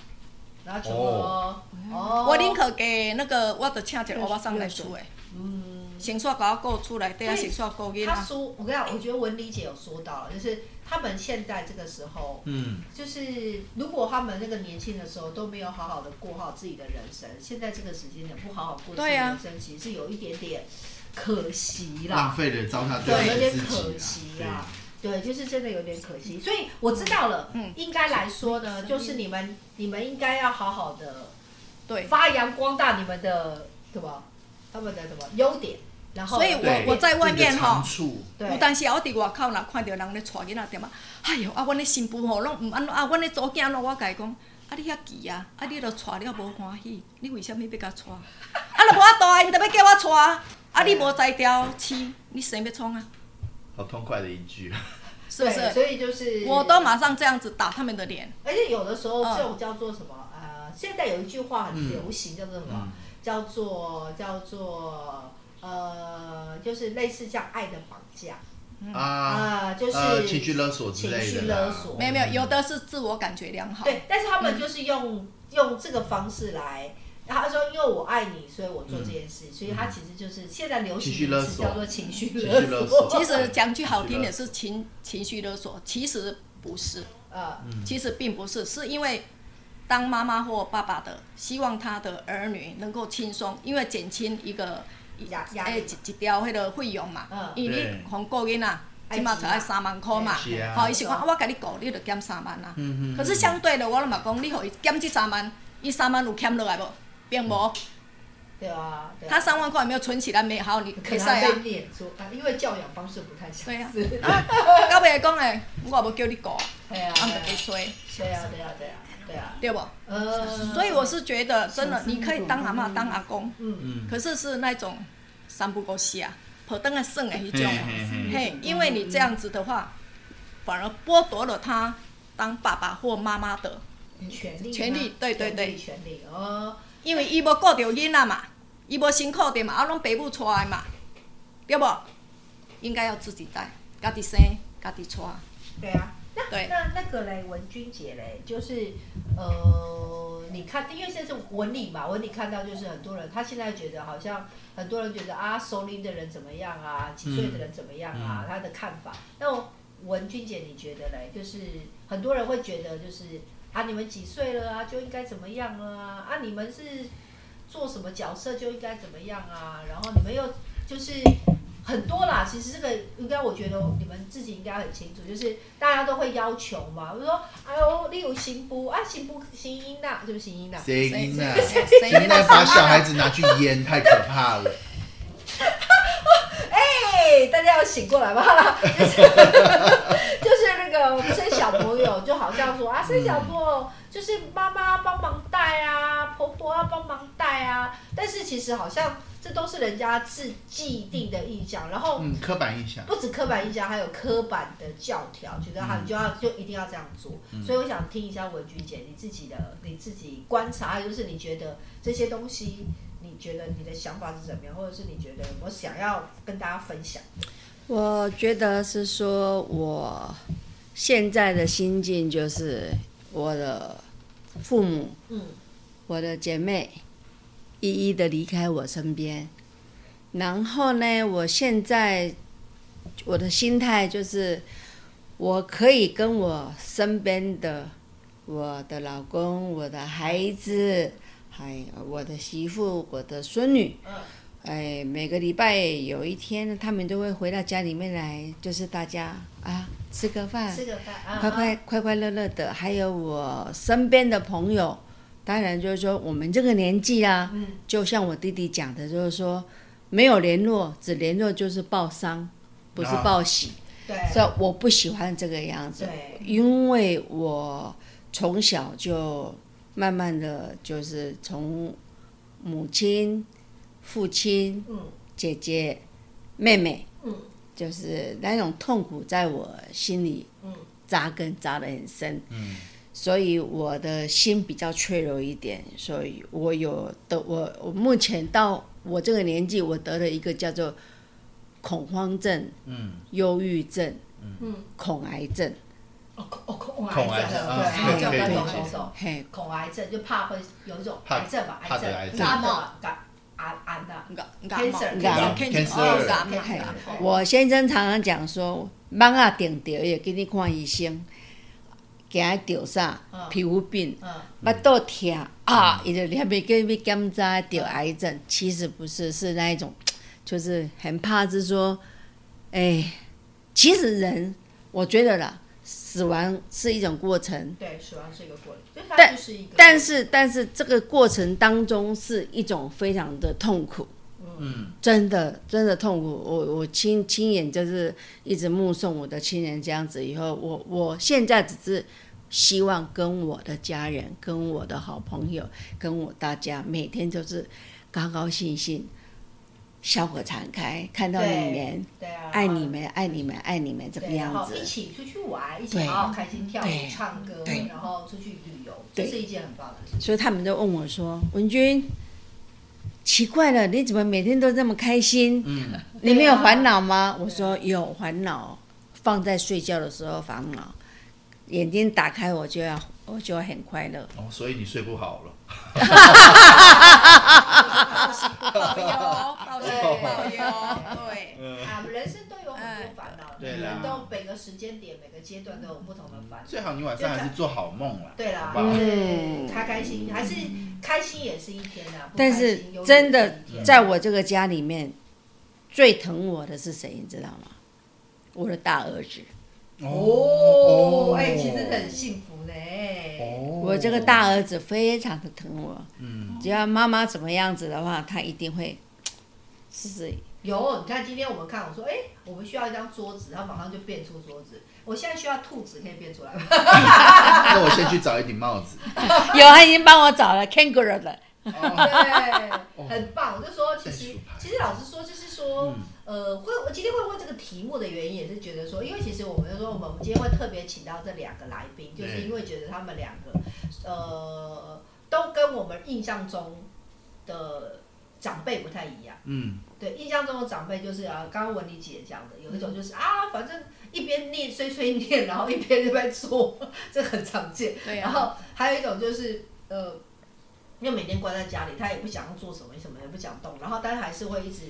[SPEAKER 1] 然后全部哦，哦
[SPEAKER 4] 我宁可给那个我的请一个欧巴桑来出诶，
[SPEAKER 1] 嗯，
[SPEAKER 4] 先煞把我顾出来，对啊，
[SPEAKER 1] 所以
[SPEAKER 4] 先煞顾囡
[SPEAKER 1] 他
[SPEAKER 4] 仔。
[SPEAKER 1] 说，我跟你讲，我觉得文理姐有说到了，就是他们现在这个时候，
[SPEAKER 3] 嗯，
[SPEAKER 1] 就是如果他们那个年轻的时候都没有好好的过好自己的人生，现在这个时间点不好好过自己的
[SPEAKER 4] 对啊
[SPEAKER 1] 人生，其实是有一点点可惜啦
[SPEAKER 3] 浪。费了糟蹋
[SPEAKER 1] 对
[SPEAKER 3] 掉
[SPEAKER 1] 有
[SPEAKER 3] 你
[SPEAKER 1] 点
[SPEAKER 3] 自己
[SPEAKER 1] 可惜啊对，就是真的有点可惜，所以我知道了。
[SPEAKER 4] 嗯
[SPEAKER 1] 应该来说呢，就是你们你们应该要好好的
[SPEAKER 4] 对
[SPEAKER 1] 发扬光大你们的什么他们的什么优点，然后
[SPEAKER 4] 所以
[SPEAKER 3] 对
[SPEAKER 4] 我我在外面
[SPEAKER 3] 这个
[SPEAKER 4] 吼
[SPEAKER 3] 长，处，
[SPEAKER 1] 对
[SPEAKER 4] 有当时啊，我伫外口若看到人咧带囡仔点啊，哎哟，啊，阮的新妇吼，拢毋安怎啊，阮的祖囝咯，我甲伊讲，啊，你遐急啊，啊，你都带了无欢喜，你为什物要甲带？啊，若无法度啊，因着要叫我带啊，啊，你无才调饲，你生要创啊？
[SPEAKER 3] 好痛快的一句。啊
[SPEAKER 4] 是不
[SPEAKER 1] 对
[SPEAKER 4] 是？
[SPEAKER 1] 所以就是
[SPEAKER 4] 我都马上这样子打他们的脸，
[SPEAKER 1] 而且有的时候
[SPEAKER 4] 嗯
[SPEAKER 1] 这种叫做什么？呃，现在有一句话很流行，叫做什么
[SPEAKER 3] 嗯？
[SPEAKER 1] 叫做叫做呃，就是类似像爱的绑架
[SPEAKER 3] 啊，
[SPEAKER 1] 啊，就是
[SPEAKER 3] 呃，情绪勒索之类的啦，
[SPEAKER 1] 情绪勒索
[SPEAKER 4] 没有没有，有的是自我感觉良好，
[SPEAKER 1] 对，但是他们就是用用这个方式来。然后他说：“因为我爱你，所以我做这件
[SPEAKER 4] 嗯
[SPEAKER 1] 事。所以他其实就是现在流
[SPEAKER 3] 情绪
[SPEAKER 1] 行
[SPEAKER 3] 勒
[SPEAKER 1] 的词
[SPEAKER 3] 索
[SPEAKER 1] 叫做情绪
[SPEAKER 3] 情绪
[SPEAKER 1] 勒
[SPEAKER 3] 勒
[SPEAKER 1] 索
[SPEAKER 3] 索。
[SPEAKER 4] 其实讲句好听点是情情绪勒索，其实不是，
[SPEAKER 1] 呃，
[SPEAKER 3] 嗯
[SPEAKER 4] 其实并不是，是因为当妈妈或爸爸的希望他的儿女能够轻松，因为减轻一个
[SPEAKER 1] 压压
[SPEAKER 4] 诶
[SPEAKER 1] 力
[SPEAKER 4] 一一条迄个费用嘛，
[SPEAKER 1] 嗯哎啊
[SPEAKER 4] 因为
[SPEAKER 3] 对
[SPEAKER 4] 你互顾囡仔。啊即嘛就爱三万箍嘛
[SPEAKER 3] 是，啊
[SPEAKER 4] 吼，伊想讲啊，我甲你顾，你就减三万啦。
[SPEAKER 3] 嗯嗯嗯
[SPEAKER 4] 可是相对的，我嘛讲，你互伊减即三万，伊三万有欠落来无？并无，
[SPEAKER 1] 对啊，对啊
[SPEAKER 4] 他三万块有没有存起来没？好，你
[SPEAKER 1] 可
[SPEAKER 4] 可以
[SPEAKER 1] 能
[SPEAKER 4] 晒
[SPEAKER 1] 还
[SPEAKER 4] 啊
[SPEAKER 1] 被。念说啊，因为教养方式不太相
[SPEAKER 4] 对啊
[SPEAKER 1] 似。对啊，
[SPEAKER 4] 到尾讲诶，我无叫你顾，啊，
[SPEAKER 1] 对啊，
[SPEAKER 4] 毋着加催，
[SPEAKER 1] 对啊，对啊，对啊，对啊。
[SPEAKER 4] 对无？
[SPEAKER 1] 呃，
[SPEAKER 4] 所以我是觉得，真的，你可以当阿嬷当阿公，
[SPEAKER 1] 嗯，
[SPEAKER 3] 嗯，
[SPEAKER 4] 可是是那种三不五时啊，抱等下算的
[SPEAKER 3] 嘿
[SPEAKER 4] 迄种的，
[SPEAKER 3] 嘿嘿，
[SPEAKER 4] 嘿，因为你这样子的话，反而剥夺了他当爸爸或妈妈的，
[SPEAKER 1] 权利，
[SPEAKER 4] 权利对对对
[SPEAKER 1] 权利哦，
[SPEAKER 4] 因为伊无顾着囡仔嘛，伊无辛苦的嘛，啊，拢爸母带的嘛，对无？应该要自己带，家己生，家己带。
[SPEAKER 1] 对啊。那
[SPEAKER 4] 对
[SPEAKER 1] 那那个嘞，文君姐嘞，就是呃，你看，因为现在是文理嘛，文理看到就是很多人，他现在觉得好像很多人觉得啊，熟龄的人怎么样啊，几岁的人怎么样啊，他的看法。那我文君姐，你觉得嘞？就是很多人会觉得就是啊，你们几岁了啊，就应该怎么样了啊？啊，你们是做什么角色就应该怎么样啊？然后你们又就是很多啦，其实这个应该我觉得你们自己应该很清楚，就是大家都会要求嘛，比如说哎呦，例如新妇啊，新妇新英娜就是新英娜，
[SPEAKER 3] 谁赢啊？
[SPEAKER 4] 谁
[SPEAKER 3] 现在把小孩子拿去淹，太可怕了。
[SPEAKER 1] 哎，大家要醒过来吧，就是 就是那个生小朋友，就好像说啊，生小朋友就是妈妈帮忙带啊，婆婆要帮忙带啊，但是其实好像这都是人家自既定的印象，然后
[SPEAKER 3] 嗯，刻板印象。
[SPEAKER 1] 不止刻板印象，还有刻板的教条，觉得哈，你就要就一定要这样做。所以我想听一下文君姐你自己的你自己观察，还有就是你觉得这些东西，你觉得你的想法是怎么样，或者是你觉得我想要跟大家分享，
[SPEAKER 2] 我觉得是说我现在的心境就是我的父母
[SPEAKER 1] 嗯，
[SPEAKER 2] 我的姐妹一一的离开我身边，然后呢，我现在我的心态就是，我可以跟我身边的我的老公、我的孩子，还有我的媳妇、我的孙女
[SPEAKER 1] 嗯，
[SPEAKER 2] 哎，每个礼拜有一天，他们都会回到家里面来，就是大家啊吃个饭，
[SPEAKER 1] 吃个饭啊，
[SPEAKER 2] 快快
[SPEAKER 1] 啊
[SPEAKER 2] 快快乐乐的，还有我身边的朋友，当然就是说我们这个年纪啊，
[SPEAKER 1] 嗯
[SPEAKER 2] 就像我弟弟讲的，就是说没有联络，只联络就是报丧，不是
[SPEAKER 3] 啊
[SPEAKER 2] 报喜，
[SPEAKER 1] 对
[SPEAKER 2] 所以我不喜欢这个样子，
[SPEAKER 1] 对，
[SPEAKER 2] 因为我从小就慢慢的就是从母亲、父亲，
[SPEAKER 1] 嗯
[SPEAKER 2] 姐姐、妹妹，
[SPEAKER 1] 嗯，
[SPEAKER 2] 就是那种痛苦在我心里，
[SPEAKER 1] 嗯，
[SPEAKER 2] 扎根扎得很深，嗯，所以我的心比较脆弱一点，所以我有的我我目前到我这个年纪，我得了一个叫做恐慌症、
[SPEAKER 3] 嗯，
[SPEAKER 2] 忧郁症、
[SPEAKER 1] 嗯，
[SPEAKER 2] 恐癌症，
[SPEAKER 1] 哦恐哦恐
[SPEAKER 3] 恐
[SPEAKER 1] 癌
[SPEAKER 3] 癌
[SPEAKER 1] 症
[SPEAKER 3] 症
[SPEAKER 1] 对，
[SPEAKER 3] 啊
[SPEAKER 1] 哎
[SPEAKER 4] 对
[SPEAKER 1] 叫
[SPEAKER 4] 可以
[SPEAKER 1] 恐
[SPEAKER 4] 理解
[SPEAKER 1] 恐恐
[SPEAKER 2] 嘿，
[SPEAKER 1] 恐癌症就怕会有一种
[SPEAKER 3] 怕
[SPEAKER 1] 癌症吧，
[SPEAKER 3] 怕
[SPEAKER 1] 症
[SPEAKER 3] 得癌，症
[SPEAKER 1] 感冒感癌癌的，
[SPEAKER 4] 感感冒，
[SPEAKER 1] Cancer，
[SPEAKER 4] 感
[SPEAKER 3] Cancer
[SPEAKER 4] 哦感冒
[SPEAKER 2] 嘿
[SPEAKER 1] 对
[SPEAKER 4] 感冒，
[SPEAKER 2] 我先生常常讲说，蚊啊叮着也给你看医生，惊伊着啥
[SPEAKER 1] 嗯
[SPEAKER 2] 皮肤病。
[SPEAKER 1] 嗯，
[SPEAKER 2] 巴肚疼啊，伊就连袂去要检查得癌症，其实不是，是那一种，就是很怕，是说，哎，其实人，我觉得啦，死亡是一种过程，
[SPEAKER 1] 对，死亡是一个过程，就是它
[SPEAKER 2] 但
[SPEAKER 1] 就是一个，
[SPEAKER 2] 但是但是这个过程当中是一种非常的痛苦，
[SPEAKER 1] 嗯
[SPEAKER 3] 嗯，
[SPEAKER 2] 真的真的痛苦。我我亲亲眼就是一直目送我的亲人这样子，以后我我现在只是希望跟我的家人、跟我的好朋友、跟我大家每天就是高高兴兴，笑口常开，看到你们，
[SPEAKER 1] 对啊，
[SPEAKER 2] 爱你们，爱你们，爱你们，这个
[SPEAKER 1] 对然
[SPEAKER 2] 样
[SPEAKER 1] 后
[SPEAKER 2] 子。
[SPEAKER 1] 一起出去玩，一起
[SPEAKER 2] 对
[SPEAKER 1] 好好开心跳舞
[SPEAKER 2] 对、
[SPEAKER 1] 唱歌
[SPEAKER 2] 对，
[SPEAKER 1] 然后出去旅游，这
[SPEAKER 2] 对
[SPEAKER 1] 是一件很棒的事。
[SPEAKER 2] 所以他们都问我说：“文君，奇怪了，你怎么每天都这么开心？
[SPEAKER 3] 嗯
[SPEAKER 2] 你没有烦恼吗？”我说：“有烦恼，放在睡觉的时候烦恼，眼睛打开我就要我就要很快乐。
[SPEAKER 3] 哦，所以你睡不好了。
[SPEAKER 4] 保佑，保佑，保佑，哦对，
[SPEAKER 1] 啊，人生都有很多烦恼，
[SPEAKER 3] 对
[SPEAKER 1] 每个
[SPEAKER 3] 啦
[SPEAKER 1] 人都每个时间点、每个阶段都有不同的烦恼。
[SPEAKER 2] 嗯
[SPEAKER 3] 最好你晚上还是做好梦啦。
[SPEAKER 1] 对啦，
[SPEAKER 3] 好不
[SPEAKER 1] 就
[SPEAKER 3] 好嗯
[SPEAKER 1] 是开开心，还是开心也是一天啊。不
[SPEAKER 2] 但
[SPEAKER 1] 开
[SPEAKER 2] 是
[SPEAKER 1] 心忧郁
[SPEAKER 2] 真
[SPEAKER 1] 也
[SPEAKER 2] 的
[SPEAKER 1] 是一天
[SPEAKER 2] 在我这个家里面，最疼我的是谁，你知道吗？我的大儿子，
[SPEAKER 1] 哦，哎，其实很幸福呢。
[SPEAKER 3] 哦
[SPEAKER 2] 我这个大，儿子非常的疼我，
[SPEAKER 3] 嗯，
[SPEAKER 2] 只要妈妈怎么样子的话，他一定会，是是，
[SPEAKER 1] 有，你看今天我们看，我说，哎，我们需要一张桌子，他马上就变出桌子。我现在需要兔子，可以变出 来吗？
[SPEAKER 3] 那我先去找一顶帽子。
[SPEAKER 2] 有他已经帮我找了 kangaroo 的。”
[SPEAKER 3] 哦
[SPEAKER 1] 对，
[SPEAKER 3] 哦
[SPEAKER 1] 很棒。我就说，其
[SPEAKER 3] 袋
[SPEAKER 1] 实
[SPEAKER 3] 鼠牌嗯
[SPEAKER 1] 其实老实说，就是说，呃，会我今天会问这个题目的原因，也是觉得说，因为其实我们就说，我们今天会特别请到这两个来宾，就是
[SPEAKER 3] 对
[SPEAKER 1] 因为觉得他们两个，呃，都跟我们印象中的长辈不太一样。
[SPEAKER 3] 嗯，
[SPEAKER 1] 对，印象中的长辈就是啊，刚刚文丽姐讲的，有一种就是啊，反正一边念碎碎念，然后一边在那边做，这很常见。
[SPEAKER 4] 对
[SPEAKER 1] 然
[SPEAKER 4] 啊
[SPEAKER 1] 后还有一种就是呃，因为每天关在家里，他也不想要做什么，什么也不想动，然后但是还是会一直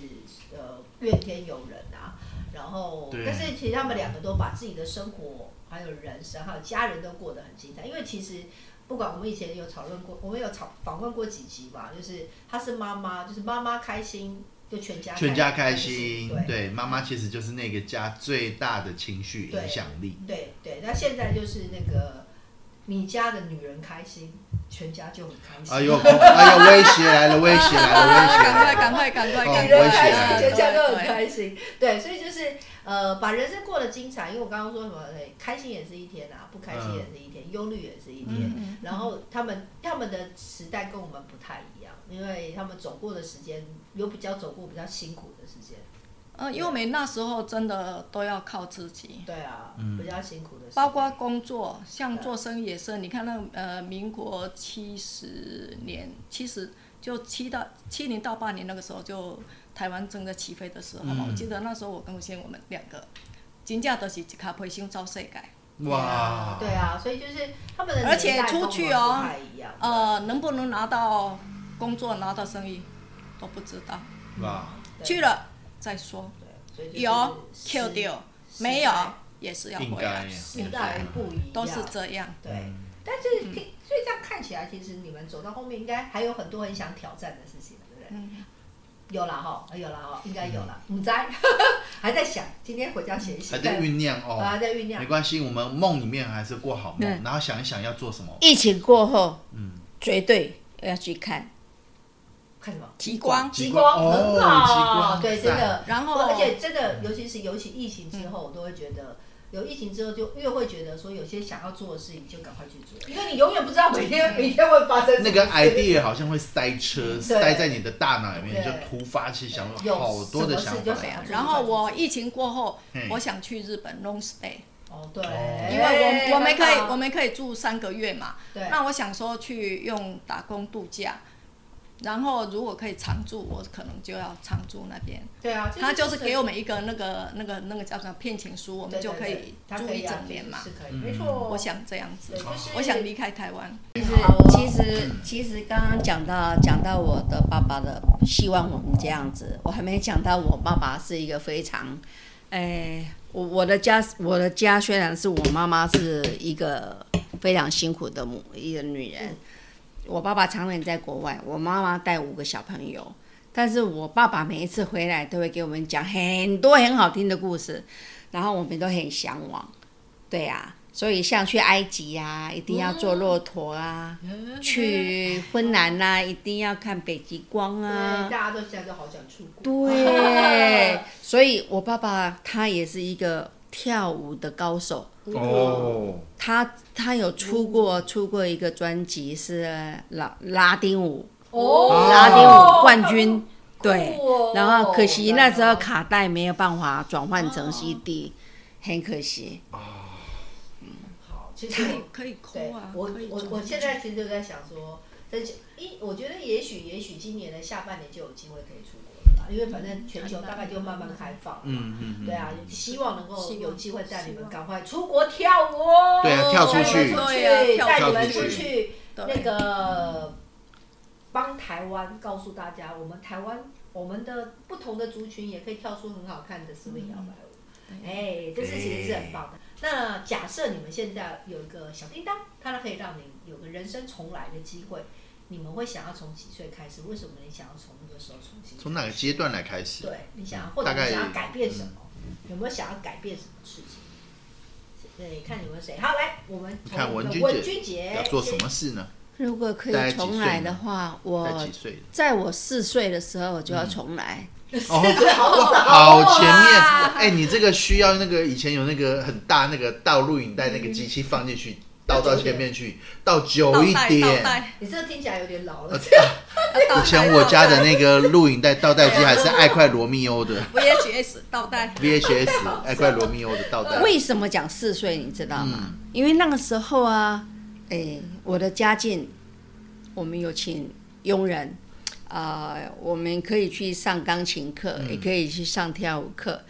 [SPEAKER 1] 呃怨天尤人啊。然后
[SPEAKER 3] 对，
[SPEAKER 1] 但是其实他们两个都把自己的生活、还有人生、还有家人都过得很精彩，因为其实。不管我们以前有讨论过，我们有讨访问过几集吧，就是她是妈妈，就是妈妈开心，就全家
[SPEAKER 3] 全家开心
[SPEAKER 1] 对，
[SPEAKER 3] 对，妈妈其实就是那个家最大的情绪
[SPEAKER 1] 对
[SPEAKER 3] 影响力。
[SPEAKER 1] 对对，那现在就是那个你家的女人开心，全家就很开心。
[SPEAKER 3] 哎呦， 哎呦，威胁来了，威胁来了，威胁
[SPEAKER 4] 赶
[SPEAKER 3] 来了。
[SPEAKER 4] 快，赶快，赶快，
[SPEAKER 3] 哦
[SPEAKER 4] 赶
[SPEAKER 1] 人
[SPEAKER 3] 危
[SPEAKER 1] 开
[SPEAKER 3] 险
[SPEAKER 1] 心，
[SPEAKER 3] 啊
[SPEAKER 1] 全家都很
[SPEAKER 4] 对
[SPEAKER 1] 开心。对，所以就是呃，把人生过得精彩。因为我刚刚说什么，哎开心也是一天啊，不开心也是一天，忧虑也是一天。
[SPEAKER 4] 嗯
[SPEAKER 1] 然后他们他们的时代跟我们不太一样，因为他们走过的时间有比较走过比较辛苦的时间。
[SPEAKER 4] 呃，因为我们那时候真的都要靠自己，
[SPEAKER 1] 对啊，
[SPEAKER 3] 嗯
[SPEAKER 1] 比较辛苦的时间。
[SPEAKER 4] 包括工作，像做生意也是。你看那呃，民国七十年，七十就七到七零到八零那个时候，就台湾正在起飞的时候
[SPEAKER 1] 嗯
[SPEAKER 4] 嘛。我记得那时候我跟我先生我们两个，真正都是一卡培星招世界。
[SPEAKER 3] 哇，
[SPEAKER 1] 对啊，所以就是他们的
[SPEAKER 4] 而且
[SPEAKER 1] 年代跟
[SPEAKER 4] 出
[SPEAKER 1] 我们
[SPEAKER 4] 去哦
[SPEAKER 1] 不太一样。
[SPEAKER 4] 呃，能不能拿到工作、拿到生意都不知道，
[SPEAKER 3] 哇，
[SPEAKER 1] 对
[SPEAKER 4] 去了再说。
[SPEAKER 1] 对，所以就是
[SPEAKER 4] 有
[SPEAKER 1] 时
[SPEAKER 4] Q 掉，
[SPEAKER 1] 时代
[SPEAKER 4] 没有也是要
[SPEAKER 3] 应
[SPEAKER 4] 回
[SPEAKER 3] 该
[SPEAKER 4] 来
[SPEAKER 3] 呀，
[SPEAKER 1] 时代不一样，
[SPEAKER 4] 都是这样。
[SPEAKER 3] 嗯
[SPEAKER 1] 对。但是
[SPEAKER 4] 嗯
[SPEAKER 1] 听，所以这样看起来，其实你们走到后面，应该还有很多很想挑战的事情，对不对？
[SPEAKER 4] 嗯，
[SPEAKER 1] 有啦哈，有啦哈，应该有啦。你在还在想，今天回家写一写，
[SPEAKER 3] 嗯还在酝酿
[SPEAKER 1] 啊，还
[SPEAKER 3] 哦。
[SPEAKER 1] 在酝酿
[SPEAKER 3] 没。关系，我们梦里面还是过好
[SPEAKER 2] 对
[SPEAKER 3] 梦，然后想一想要做什么。
[SPEAKER 2] 疫情过后，
[SPEAKER 3] 嗯，
[SPEAKER 2] 绝对要去看
[SPEAKER 1] 看什么？
[SPEAKER 4] 极光，
[SPEAKER 3] 极
[SPEAKER 1] 极
[SPEAKER 3] 光
[SPEAKER 1] 光
[SPEAKER 3] 哦
[SPEAKER 1] 很好，
[SPEAKER 3] 极光
[SPEAKER 1] 对，真的。
[SPEAKER 4] 然后嗯
[SPEAKER 1] 我而且真的，尤其是尤其疫情之后，我都会觉得。有疫情之后，就越会觉得说有些想要做的事情就赶快去做，因为你永远不知道每
[SPEAKER 4] 嗯
[SPEAKER 1] 天每天会发生什么
[SPEAKER 3] 那个
[SPEAKER 1] 事
[SPEAKER 3] idea 好像会塞车，
[SPEAKER 1] 对
[SPEAKER 3] 塞在你的大脑里面，就
[SPEAKER 1] 对
[SPEAKER 3] 突发奇想，
[SPEAKER 1] 有
[SPEAKER 3] 好多的想
[SPEAKER 1] 什么
[SPEAKER 3] 法
[SPEAKER 1] 事。就想
[SPEAKER 4] 啊然后我疫情过后
[SPEAKER 3] 嘿，
[SPEAKER 4] 我想去日本 long stay，
[SPEAKER 1] 哦，对，
[SPEAKER 3] 哦
[SPEAKER 4] 因为我我们可以
[SPEAKER 1] 很哎好
[SPEAKER 4] 我们可以住三个月嘛。
[SPEAKER 1] 对
[SPEAKER 4] 那我想说去用打工度假，然后如果可以常住，我可能就要常住那边。
[SPEAKER 1] 对啊，
[SPEAKER 4] 他就是给我
[SPEAKER 1] 们
[SPEAKER 4] 们一个那个那个那个叫什么聘请书，我们就可以住一整年嘛
[SPEAKER 1] 是。可以，
[SPEAKER 3] 嗯
[SPEAKER 1] 没错。
[SPEAKER 4] 我想这样子
[SPEAKER 1] 对，就是
[SPEAKER 4] 我想离开台湾。
[SPEAKER 2] 其实
[SPEAKER 1] 好哦
[SPEAKER 2] 其实其实刚刚讲到讲到我的爸爸的，希望我们这样子，我还没讲到我爸爸是一个非常，哎，我我的家我的家虽然是我妈妈是一个非常辛苦的母一个女人，我爸爸常年在国外，我妈妈带五个小朋友。但是我爸爸每一次回来都会给我们讲很多很好听的故事，然后我们都很向往，对呀、啊所以像去埃及啊，一定要坐骆驼啊；
[SPEAKER 4] 嗯
[SPEAKER 2] 去芬兰呐、一定要看北极光啊。
[SPEAKER 1] 对，大家都现在都好想出国。
[SPEAKER 2] 对，
[SPEAKER 4] 哦
[SPEAKER 2] 所以我爸爸他也是一个跳舞的高手，
[SPEAKER 3] 哦，
[SPEAKER 2] 他他有出过出过一个专辑是拉拉丁舞，
[SPEAKER 1] 哦
[SPEAKER 2] 拉丁 舞冠军，对
[SPEAKER 1] 酷哦，
[SPEAKER 2] 然后可惜
[SPEAKER 1] 真的
[SPEAKER 2] 那时候卡带没有办法转换成 CD，很可惜。
[SPEAKER 1] 好，其
[SPEAKER 4] 可
[SPEAKER 1] 实
[SPEAKER 4] 以
[SPEAKER 1] 我
[SPEAKER 4] 可以抠
[SPEAKER 1] 对
[SPEAKER 4] 啊，
[SPEAKER 1] 我
[SPEAKER 4] 可以
[SPEAKER 1] 我
[SPEAKER 4] 做
[SPEAKER 1] 我现在其实就在想说，但是一我觉得也许也许今年的下半年就有机会可以出国了吧，因为反正全球大概就慢慢开放了。
[SPEAKER 3] 嗯嗯嗯，
[SPEAKER 1] 对啊，希望能够
[SPEAKER 4] 希望
[SPEAKER 1] 有机会带你
[SPEAKER 4] 希
[SPEAKER 1] 们
[SPEAKER 4] 望
[SPEAKER 1] 赶快出国跳舞哦。
[SPEAKER 3] 对啊跳出
[SPEAKER 1] 带你们
[SPEAKER 3] 去
[SPEAKER 1] 出
[SPEAKER 4] 对
[SPEAKER 1] 去，
[SPEAKER 4] 啊
[SPEAKER 1] 带
[SPEAKER 4] 跳
[SPEAKER 1] 你们
[SPEAKER 3] 出
[SPEAKER 1] 出
[SPEAKER 3] 去
[SPEAKER 1] 去
[SPEAKER 4] 对
[SPEAKER 1] 那个帮台湾告诉大家，我们台湾我们的不同的族群也可以跳出很好看的 swing 摇摆舞。
[SPEAKER 3] 嗯
[SPEAKER 1] 哎，这是其实是很棒的。那假设你们现在有一个小叮当，它可以让你有个人生重来的机会，你们会想要从几岁开始？为什么你想要从那个时候重新？
[SPEAKER 3] 从哪个阶段来开始？
[SPEAKER 1] 对，你想要
[SPEAKER 3] 嗯
[SPEAKER 1] 或者
[SPEAKER 3] 大概
[SPEAKER 1] 你想要改变什么？有没有想要改变什么事情？对，看你们谁好来，我们
[SPEAKER 3] 你
[SPEAKER 1] 从
[SPEAKER 3] 看
[SPEAKER 1] 我们的
[SPEAKER 3] 文君
[SPEAKER 1] 文
[SPEAKER 3] 姐
[SPEAKER 1] 君姐
[SPEAKER 3] 要 做什么事呢？
[SPEAKER 2] 如果可
[SPEAKER 3] 大概
[SPEAKER 2] 以
[SPEAKER 3] 几岁
[SPEAKER 2] 重来的话，
[SPEAKER 3] 在
[SPEAKER 2] 我
[SPEAKER 3] 几 岁？
[SPEAKER 2] 在我四岁的时候我就要重来，
[SPEAKER 3] 哦，
[SPEAKER 1] 好
[SPEAKER 3] 好前面，哎，你这个需要那个以前有那个很大那个倒录影带那个机器放进去，倒到前面去，倒久一
[SPEAKER 4] 倒带倒
[SPEAKER 3] 点。
[SPEAKER 4] 带
[SPEAKER 1] 你这听起来有点老了，
[SPEAKER 4] 要倒
[SPEAKER 3] 以前
[SPEAKER 4] 带
[SPEAKER 3] 我
[SPEAKER 4] 倒
[SPEAKER 3] 家
[SPEAKER 4] 带
[SPEAKER 3] 的那个录影带倒带机还是爱快罗密欧的
[SPEAKER 4] VHS 倒带，
[SPEAKER 3] VHS，爱快罗密欧的倒带。
[SPEAKER 2] 为什么讲四岁？你知道吗？因为那个时候啊，哎，我的家境，我们有请佣人，啊、我们可以去上钢琴课，也可以去上跳舞课。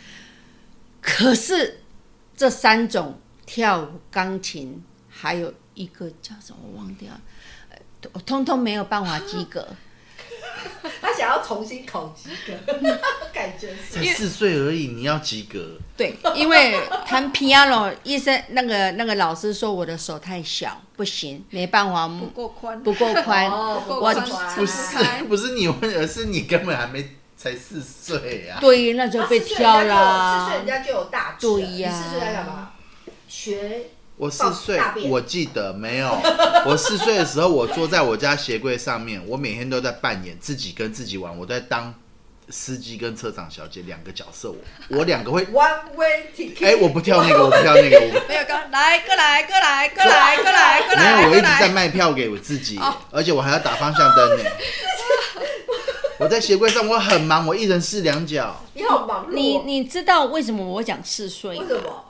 [SPEAKER 2] 可是这三种跳舞、钢琴，还有一个叫什么我忘掉了，呃我通通没有办法及格。
[SPEAKER 3] 呃
[SPEAKER 1] 他想要重新考及格， 感觉是。
[SPEAKER 3] 才四岁而已，你要及格。
[SPEAKER 2] 对，因为弹 piano，医生那个那个老师说我的手太小，不行，没办法
[SPEAKER 4] 不够宽，
[SPEAKER 2] 不够宽。
[SPEAKER 1] 哦，
[SPEAKER 4] 不够
[SPEAKER 2] 我
[SPEAKER 4] 宽
[SPEAKER 1] 不
[SPEAKER 4] 不
[SPEAKER 1] 是
[SPEAKER 4] 开。
[SPEAKER 3] 不是你 问，而是你根本还没才四岁啊。
[SPEAKER 2] 对，那就被挑
[SPEAKER 1] 四啊岁人
[SPEAKER 2] 啦。
[SPEAKER 1] 家就有大志了，
[SPEAKER 2] 对呀
[SPEAKER 1] 你四岁在干嘛？学
[SPEAKER 3] 我四岁
[SPEAKER 1] 大便，
[SPEAKER 3] 我记得没有。我四岁的时候，我坐在我家鞋柜上面，我每天都在扮演自己跟自己玩，我在当司机跟车长小姐两个角色，我我 两个会。
[SPEAKER 1] one way ticket。
[SPEAKER 3] 哎、我不跳那个，我不跳那个， 我
[SPEAKER 4] 没有刚来，过来，过来，过来，过来，过
[SPEAKER 3] 没
[SPEAKER 4] 来，
[SPEAKER 3] 有，我一
[SPEAKER 4] 过
[SPEAKER 3] 直在
[SPEAKER 4] 来。
[SPEAKER 3] 卖票给我自己
[SPEAKER 4] 哦，
[SPEAKER 3] 而且我还要打方向灯呢。我在鞋柜上，我很忙，我一人试两脚。
[SPEAKER 1] 你好忙碌哦，
[SPEAKER 2] 你你知道为什么我讲四岁
[SPEAKER 1] 为
[SPEAKER 2] 吗？
[SPEAKER 1] 什么？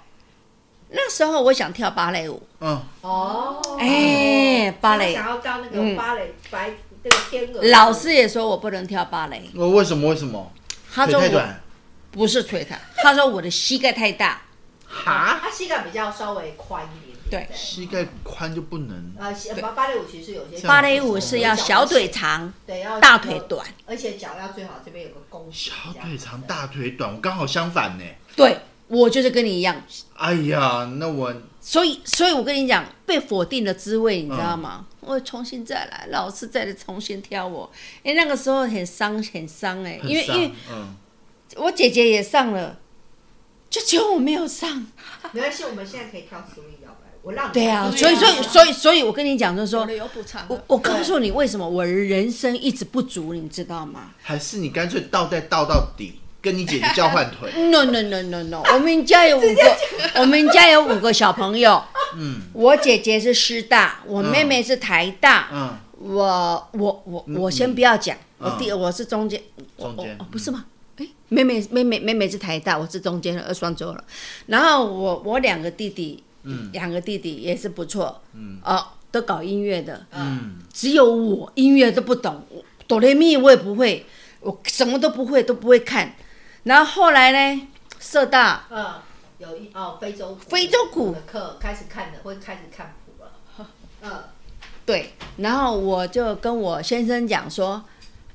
[SPEAKER 2] 那时候我想跳芭蕾舞，
[SPEAKER 3] 嗯，
[SPEAKER 1] 哦，
[SPEAKER 2] 哎芭蕾
[SPEAKER 1] 他想要当那个
[SPEAKER 2] 嗯
[SPEAKER 1] 芭蕾白那个天鹅。
[SPEAKER 2] 老师也说我不能跳芭蕾，
[SPEAKER 3] 我为什么？为什么？
[SPEAKER 2] 他
[SPEAKER 3] 腿
[SPEAKER 2] 说
[SPEAKER 3] 太
[SPEAKER 2] 我
[SPEAKER 3] 短。
[SPEAKER 2] 不是腿短，他说我的膝盖太大。
[SPEAKER 3] 哈？
[SPEAKER 1] 他膝盖比较稍微宽一点点。
[SPEAKER 2] 对
[SPEAKER 1] 不
[SPEAKER 3] 膝盖宽就不能。
[SPEAKER 1] 呃，西芭芭蕾舞其实有些
[SPEAKER 3] 这样
[SPEAKER 2] 芭蕾舞是要小腿长，
[SPEAKER 1] 对，要
[SPEAKER 2] 大腿，短。
[SPEAKER 1] 而且脚要最好这边有个弓。
[SPEAKER 3] 小腿长，。大腿短，我刚好相反呢。
[SPEAKER 2] 对我就是跟你一样，
[SPEAKER 3] 哎呀，那我
[SPEAKER 2] 所以所以我跟你讲，被否定的滋味，你知道吗？
[SPEAKER 3] 嗯
[SPEAKER 2] 我重新再来，老师再重新挑我。哎、那个时候很伤，很伤哎、因为
[SPEAKER 3] 很
[SPEAKER 2] 因
[SPEAKER 3] 伤
[SPEAKER 2] 为
[SPEAKER 3] 嗯，
[SPEAKER 2] 我姐姐也上了，就只有我没有上。
[SPEAKER 1] 没关系，我们现在可以跳 swing 摇摆，我让你。
[SPEAKER 2] 对啊，所
[SPEAKER 4] 对啊
[SPEAKER 2] 以所以所以所以我跟你讲，就是
[SPEAKER 4] 有
[SPEAKER 2] 说
[SPEAKER 4] 的有补偿
[SPEAKER 2] 我
[SPEAKER 4] 的，
[SPEAKER 2] 我告诉你为什么我人生一直不足，你知道吗。
[SPEAKER 3] 还是你干脆倒带倒到底，跟你姐姐交换腿
[SPEAKER 2] ？No No No No No，我们家有五个，我们家有五个小朋友。嗯，我姐姐是师大，我妹妹是台大，
[SPEAKER 3] 嗯，
[SPEAKER 2] 我我我我先不要讲，我第我是中间，我
[SPEAKER 3] 啊中间嗯
[SPEAKER 2] 我哦不是吗？哎，妹妹妹妹妹妹是台大，我是中间的二双周了。然后我我两个弟弟，
[SPEAKER 3] 嗯
[SPEAKER 2] 两个弟弟也是不错，嗯，哦，都搞音乐的，
[SPEAKER 3] 嗯，
[SPEAKER 2] 只有我音乐都不懂，我哆来咪我也不会，我什么都不会，都不会看。然后后来呢，社大
[SPEAKER 1] 嗯，有一哦，非洲鼓
[SPEAKER 2] 非洲鼓
[SPEAKER 1] 的课开始看了，会开始看谱了。嗯，
[SPEAKER 2] 对，然后我就跟我先生讲说，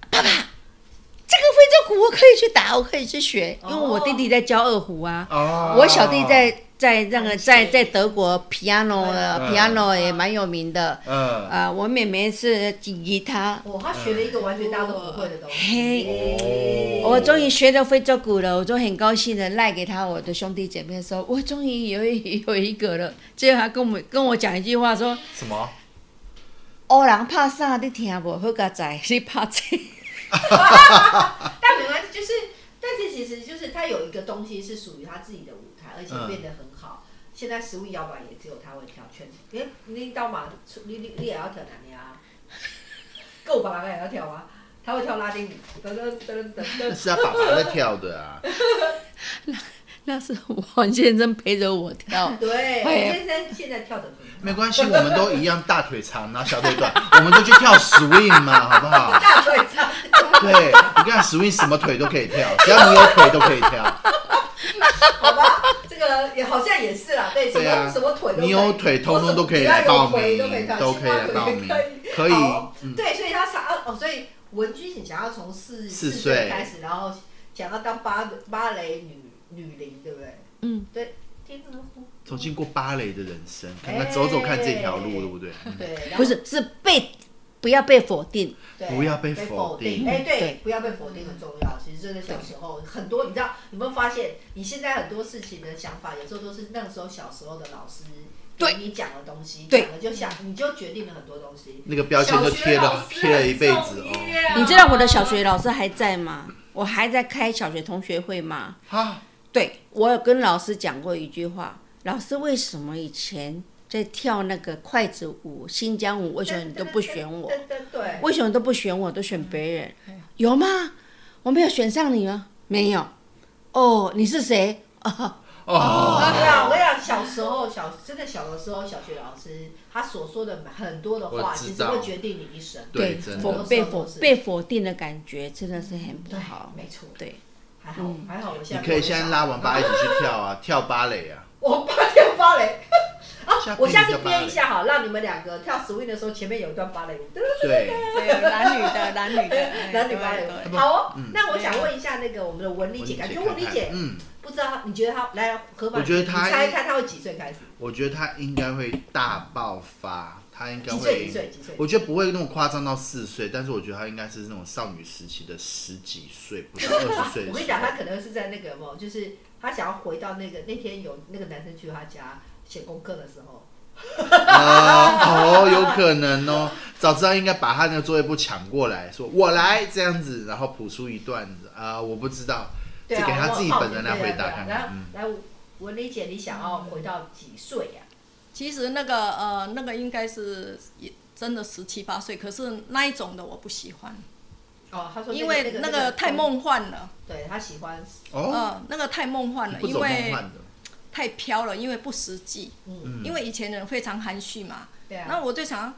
[SPEAKER 2] 爸爸，这个非洲鼓我可以去打，我可以去学，因为我弟弟在教二胡啊，
[SPEAKER 3] 哦
[SPEAKER 2] 我小弟在在那个
[SPEAKER 1] 安
[SPEAKER 2] 在
[SPEAKER 1] 琪
[SPEAKER 2] 在德国 piano 的、
[SPEAKER 3] 嗯
[SPEAKER 2] piano 也蛮有名的。
[SPEAKER 3] 嗯，
[SPEAKER 2] 啊、我妹妹是吉他，
[SPEAKER 1] 我他学了一个完全大家都不会的东西。
[SPEAKER 2] 嘿，
[SPEAKER 3] 哦
[SPEAKER 2] 我终于学到非洲鼓了，我就很高兴的赖给他我的兄弟姐妹说，我终于有一有一个了。结果他跟我们跟我讲一句话说，
[SPEAKER 3] 哦什么？
[SPEAKER 2] 欧人怕啥你听无？好个仔，你怕这？
[SPEAKER 1] 但没关系，就是，但是其实就是他有一个东西是属于他自己的舞台，而且变得很好。现在食物摇摆也只有他会跳圈，你你到马，你你你也要跳哪里啊？够吧，那也要跳啊，他会跳拉丁舞，噔噔噔噔
[SPEAKER 3] 那
[SPEAKER 1] 噔。
[SPEAKER 3] 是他爸爸在跳的啊。
[SPEAKER 2] 那是王先生陪着我跳。
[SPEAKER 1] 对，
[SPEAKER 2] 哎
[SPEAKER 1] 先生现在跳的
[SPEAKER 3] 没关系，我们都一样，大腿长，然后小腿短， 我们就去跳 swing 嘛，好不好？
[SPEAKER 1] 大腿长，
[SPEAKER 3] 对，你看 swing 什么腿都可以跳，只要你有腿都可以跳。
[SPEAKER 1] 好吧，这个也好像也是啦，对，什
[SPEAKER 3] 对
[SPEAKER 1] 么
[SPEAKER 3] 啊
[SPEAKER 1] 什么腿都可以，
[SPEAKER 3] 你有腿通通都可以来报
[SPEAKER 1] 我
[SPEAKER 3] 名
[SPEAKER 1] 什么只要有腿都可以跳
[SPEAKER 3] 都可以来报名
[SPEAKER 1] 青蛙腿也
[SPEAKER 3] 可以
[SPEAKER 1] 好
[SPEAKER 3] 嗯
[SPEAKER 1] 对，所以他想要哦，所以文君你想要从四
[SPEAKER 3] 四
[SPEAKER 1] 岁
[SPEAKER 3] 岁
[SPEAKER 1] 开始，然后想要当芭芭蕾女女伶，对不对？
[SPEAKER 2] 嗯，
[SPEAKER 1] 对，天鹅湖，
[SPEAKER 3] 从经过芭蕾的人生，看看走走看这条路，对不嗯对？
[SPEAKER 1] 对，然后
[SPEAKER 2] 不是，是被不要被否定。
[SPEAKER 1] 对
[SPEAKER 3] 不要被
[SPEAKER 1] 否
[SPEAKER 3] 否定
[SPEAKER 1] 哎，对
[SPEAKER 2] 对，
[SPEAKER 1] 不要被否定很重要。其实真的小时候很多，你知道有没有发现，你现在很多事情的想法，有时候都是那个时候小时候的老师
[SPEAKER 2] 对
[SPEAKER 1] 给你讲的东西，
[SPEAKER 2] 对
[SPEAKER 1] 讲了就想，你就决定了很多东西。
[SPEAKER 3] 那个标签就贴了贴了一辈子哦。
[SPEAKER 1] 哦
[SPEAKER 2] 你知道我的小学老师还在吗？我还在开小学同学会吗？
[SPEAKER 3] 哈，
[SPEAKER 2] 对，我有跟老师讲过一句话：老师，为什么以前在跳那个筷子舞、新疆舞，为什么你都不选我？
[SPEAKER 1] 对对对，
[SPEAKER 2] 为什么都不选我，都选别人？有吗？我没有选上你吗？没有。哦，你是谁？哦，
[SPEAKER 1] 啊对啊，我
[SPEAKER 3] 哦，
[SPEAKER 1] 跟你讲，小时候小真的小的时候，小学老师他所说的很多的话，
[SPEAKER 3] 我
[SPEAKER 1] 其
[SPEAKER 3] 知
[SPEAKER 1] 实
[SPEAKER 3] 道
[SPEAKER 1] 会决定你一生。
[SPEAKER 3] 对，真
[SPEAKER 2] 否
[SPEAKER 3] 的
[SPEAKER 1] 我，
[SPEAKER 2] 被否
[SPEAKER 1] 我是
[SPEAKER 2] 被否定的感觉真的是很不
[SPEAKER 1] 对
[SPEAKER 2] 好，。
[SPEAKER 1] 没错，
[SPEAKER 2] 对，
[SPEAKER 1] 还好还好，我现
[SPEAKER 3] 你
[SPEAKER 1] 在
[SPEAKER 3] 可以现在拉
[SPEAKER 1] 我
[SPEAKER 3] 完芭一起去跳 啊，跳芭蕾啊。
[SPEAKER 1] 我爸跳芭蕾。啊
[SPEAKER 3] 下，
[SPEAKER 1] 我
[SPEAKER 3] 次
[SPEAKER 1] 下
[SPEAKER 3] 你
[SPEAKER 1] 次
[SPEAKER 3] 就芭
[SPEAKER 1] 编一
[SPEAKER 3] 蕾
[SPEAKER 1] 下好，让你们两个跳 swing 的时候，前面有一段芭蕾舞，
[SPEAKER 3] 对，
[SPEAKER 4] 对，男女的，男女的，哎
[SPEAKER 1] 男女芭
[SPEAKER 4] 对
[SPEAKER 1] 蕾
[SPEAKER 4] 对
[SPEAKER 1] 舞。好哦
[SPEAKER 3] 嗯，
[SPEAKER 1] 那我想问一下那个我们的文丽姐，感觉文丽姐
[SPEAKER 3] 嗯，
[SPEAKER 1] 不知道，你觉得她来何凡，
[SPEAKER 3] 我觉得她
[SPEAKER 1] 你猜一猜她会几岁开始？
[SPEAKER 3] 我觉得他应该会大爆发，他应该
[SPEAKER 1] 几岁？几
[SPEAKER 3] 会。
[SPEAKER 1] 岁？几岁？
[SPEAKER 3] 我觉得不会那么夸张到四岁，但是我觉得他应该是那种少女时期的十几岁，不 到二十岁。
[SPEAKER 1] 我跟你讲，她可能是在那个什么，就是她想要回到那个那天有那个男生去她家写功课的时候，
[SPEAKER 3] 啊，哦，有可能哦。早知道应该把他那个作业簿抢过来，说我来这样子，然后谱出一段啊、我不知道，
[SPEAKER 1] 对
[SPEAKER 3] 这
[SPEAKER 1] 啊，
[SPEAKER 3] 给她
[SPEAKER 1] 我
[SPEAKER 3] 自己
[SPEAKER 1] 好
[SPEAKER 3] 本
[SPEAKER 1] 奇
[SPEAKER 3] 人来
[SPEAKER 1] 对啊
[SPEAKER 3] 回答
[SPEAKER 1] 对啊
[SPEAKER 3] 看看
[SPEAKER 1] 然后
[SPEAKER 3] 嗯
[SPEAKER 1] 来，文丽姐，你想要回到几岁啊呀？
[SPEAKER 4] 其实那个呃，那个应该是也真的十七八岁，可是那一种的我不喜欢，
[SPEAKER 1] 哦，她说那个
[SPEAKER 4] 因为那个太，梦幻了，
[SPEAKER 1] 对她喜欢
[SPEAKER 3] 哦，
[SPEAKER 1] 嗯
[SPEAKER 4] 呃，那个太梦幻了，
[SPEAKER 3] 不
[SPEAKER 4] 因
[SPEAKER 3] 走梦
[SPEAKER 4] 为
[SPEAKER 3] 幻的，
[SPEAKER 4] 太飘了，因为不实际，
[SPEAKER 1] 嗯
[SPEAKER 4] 因为以前人非常含蓄嘛，
[SPEAKER 1] 对啊，
[SPEAKER 4] 那我就想，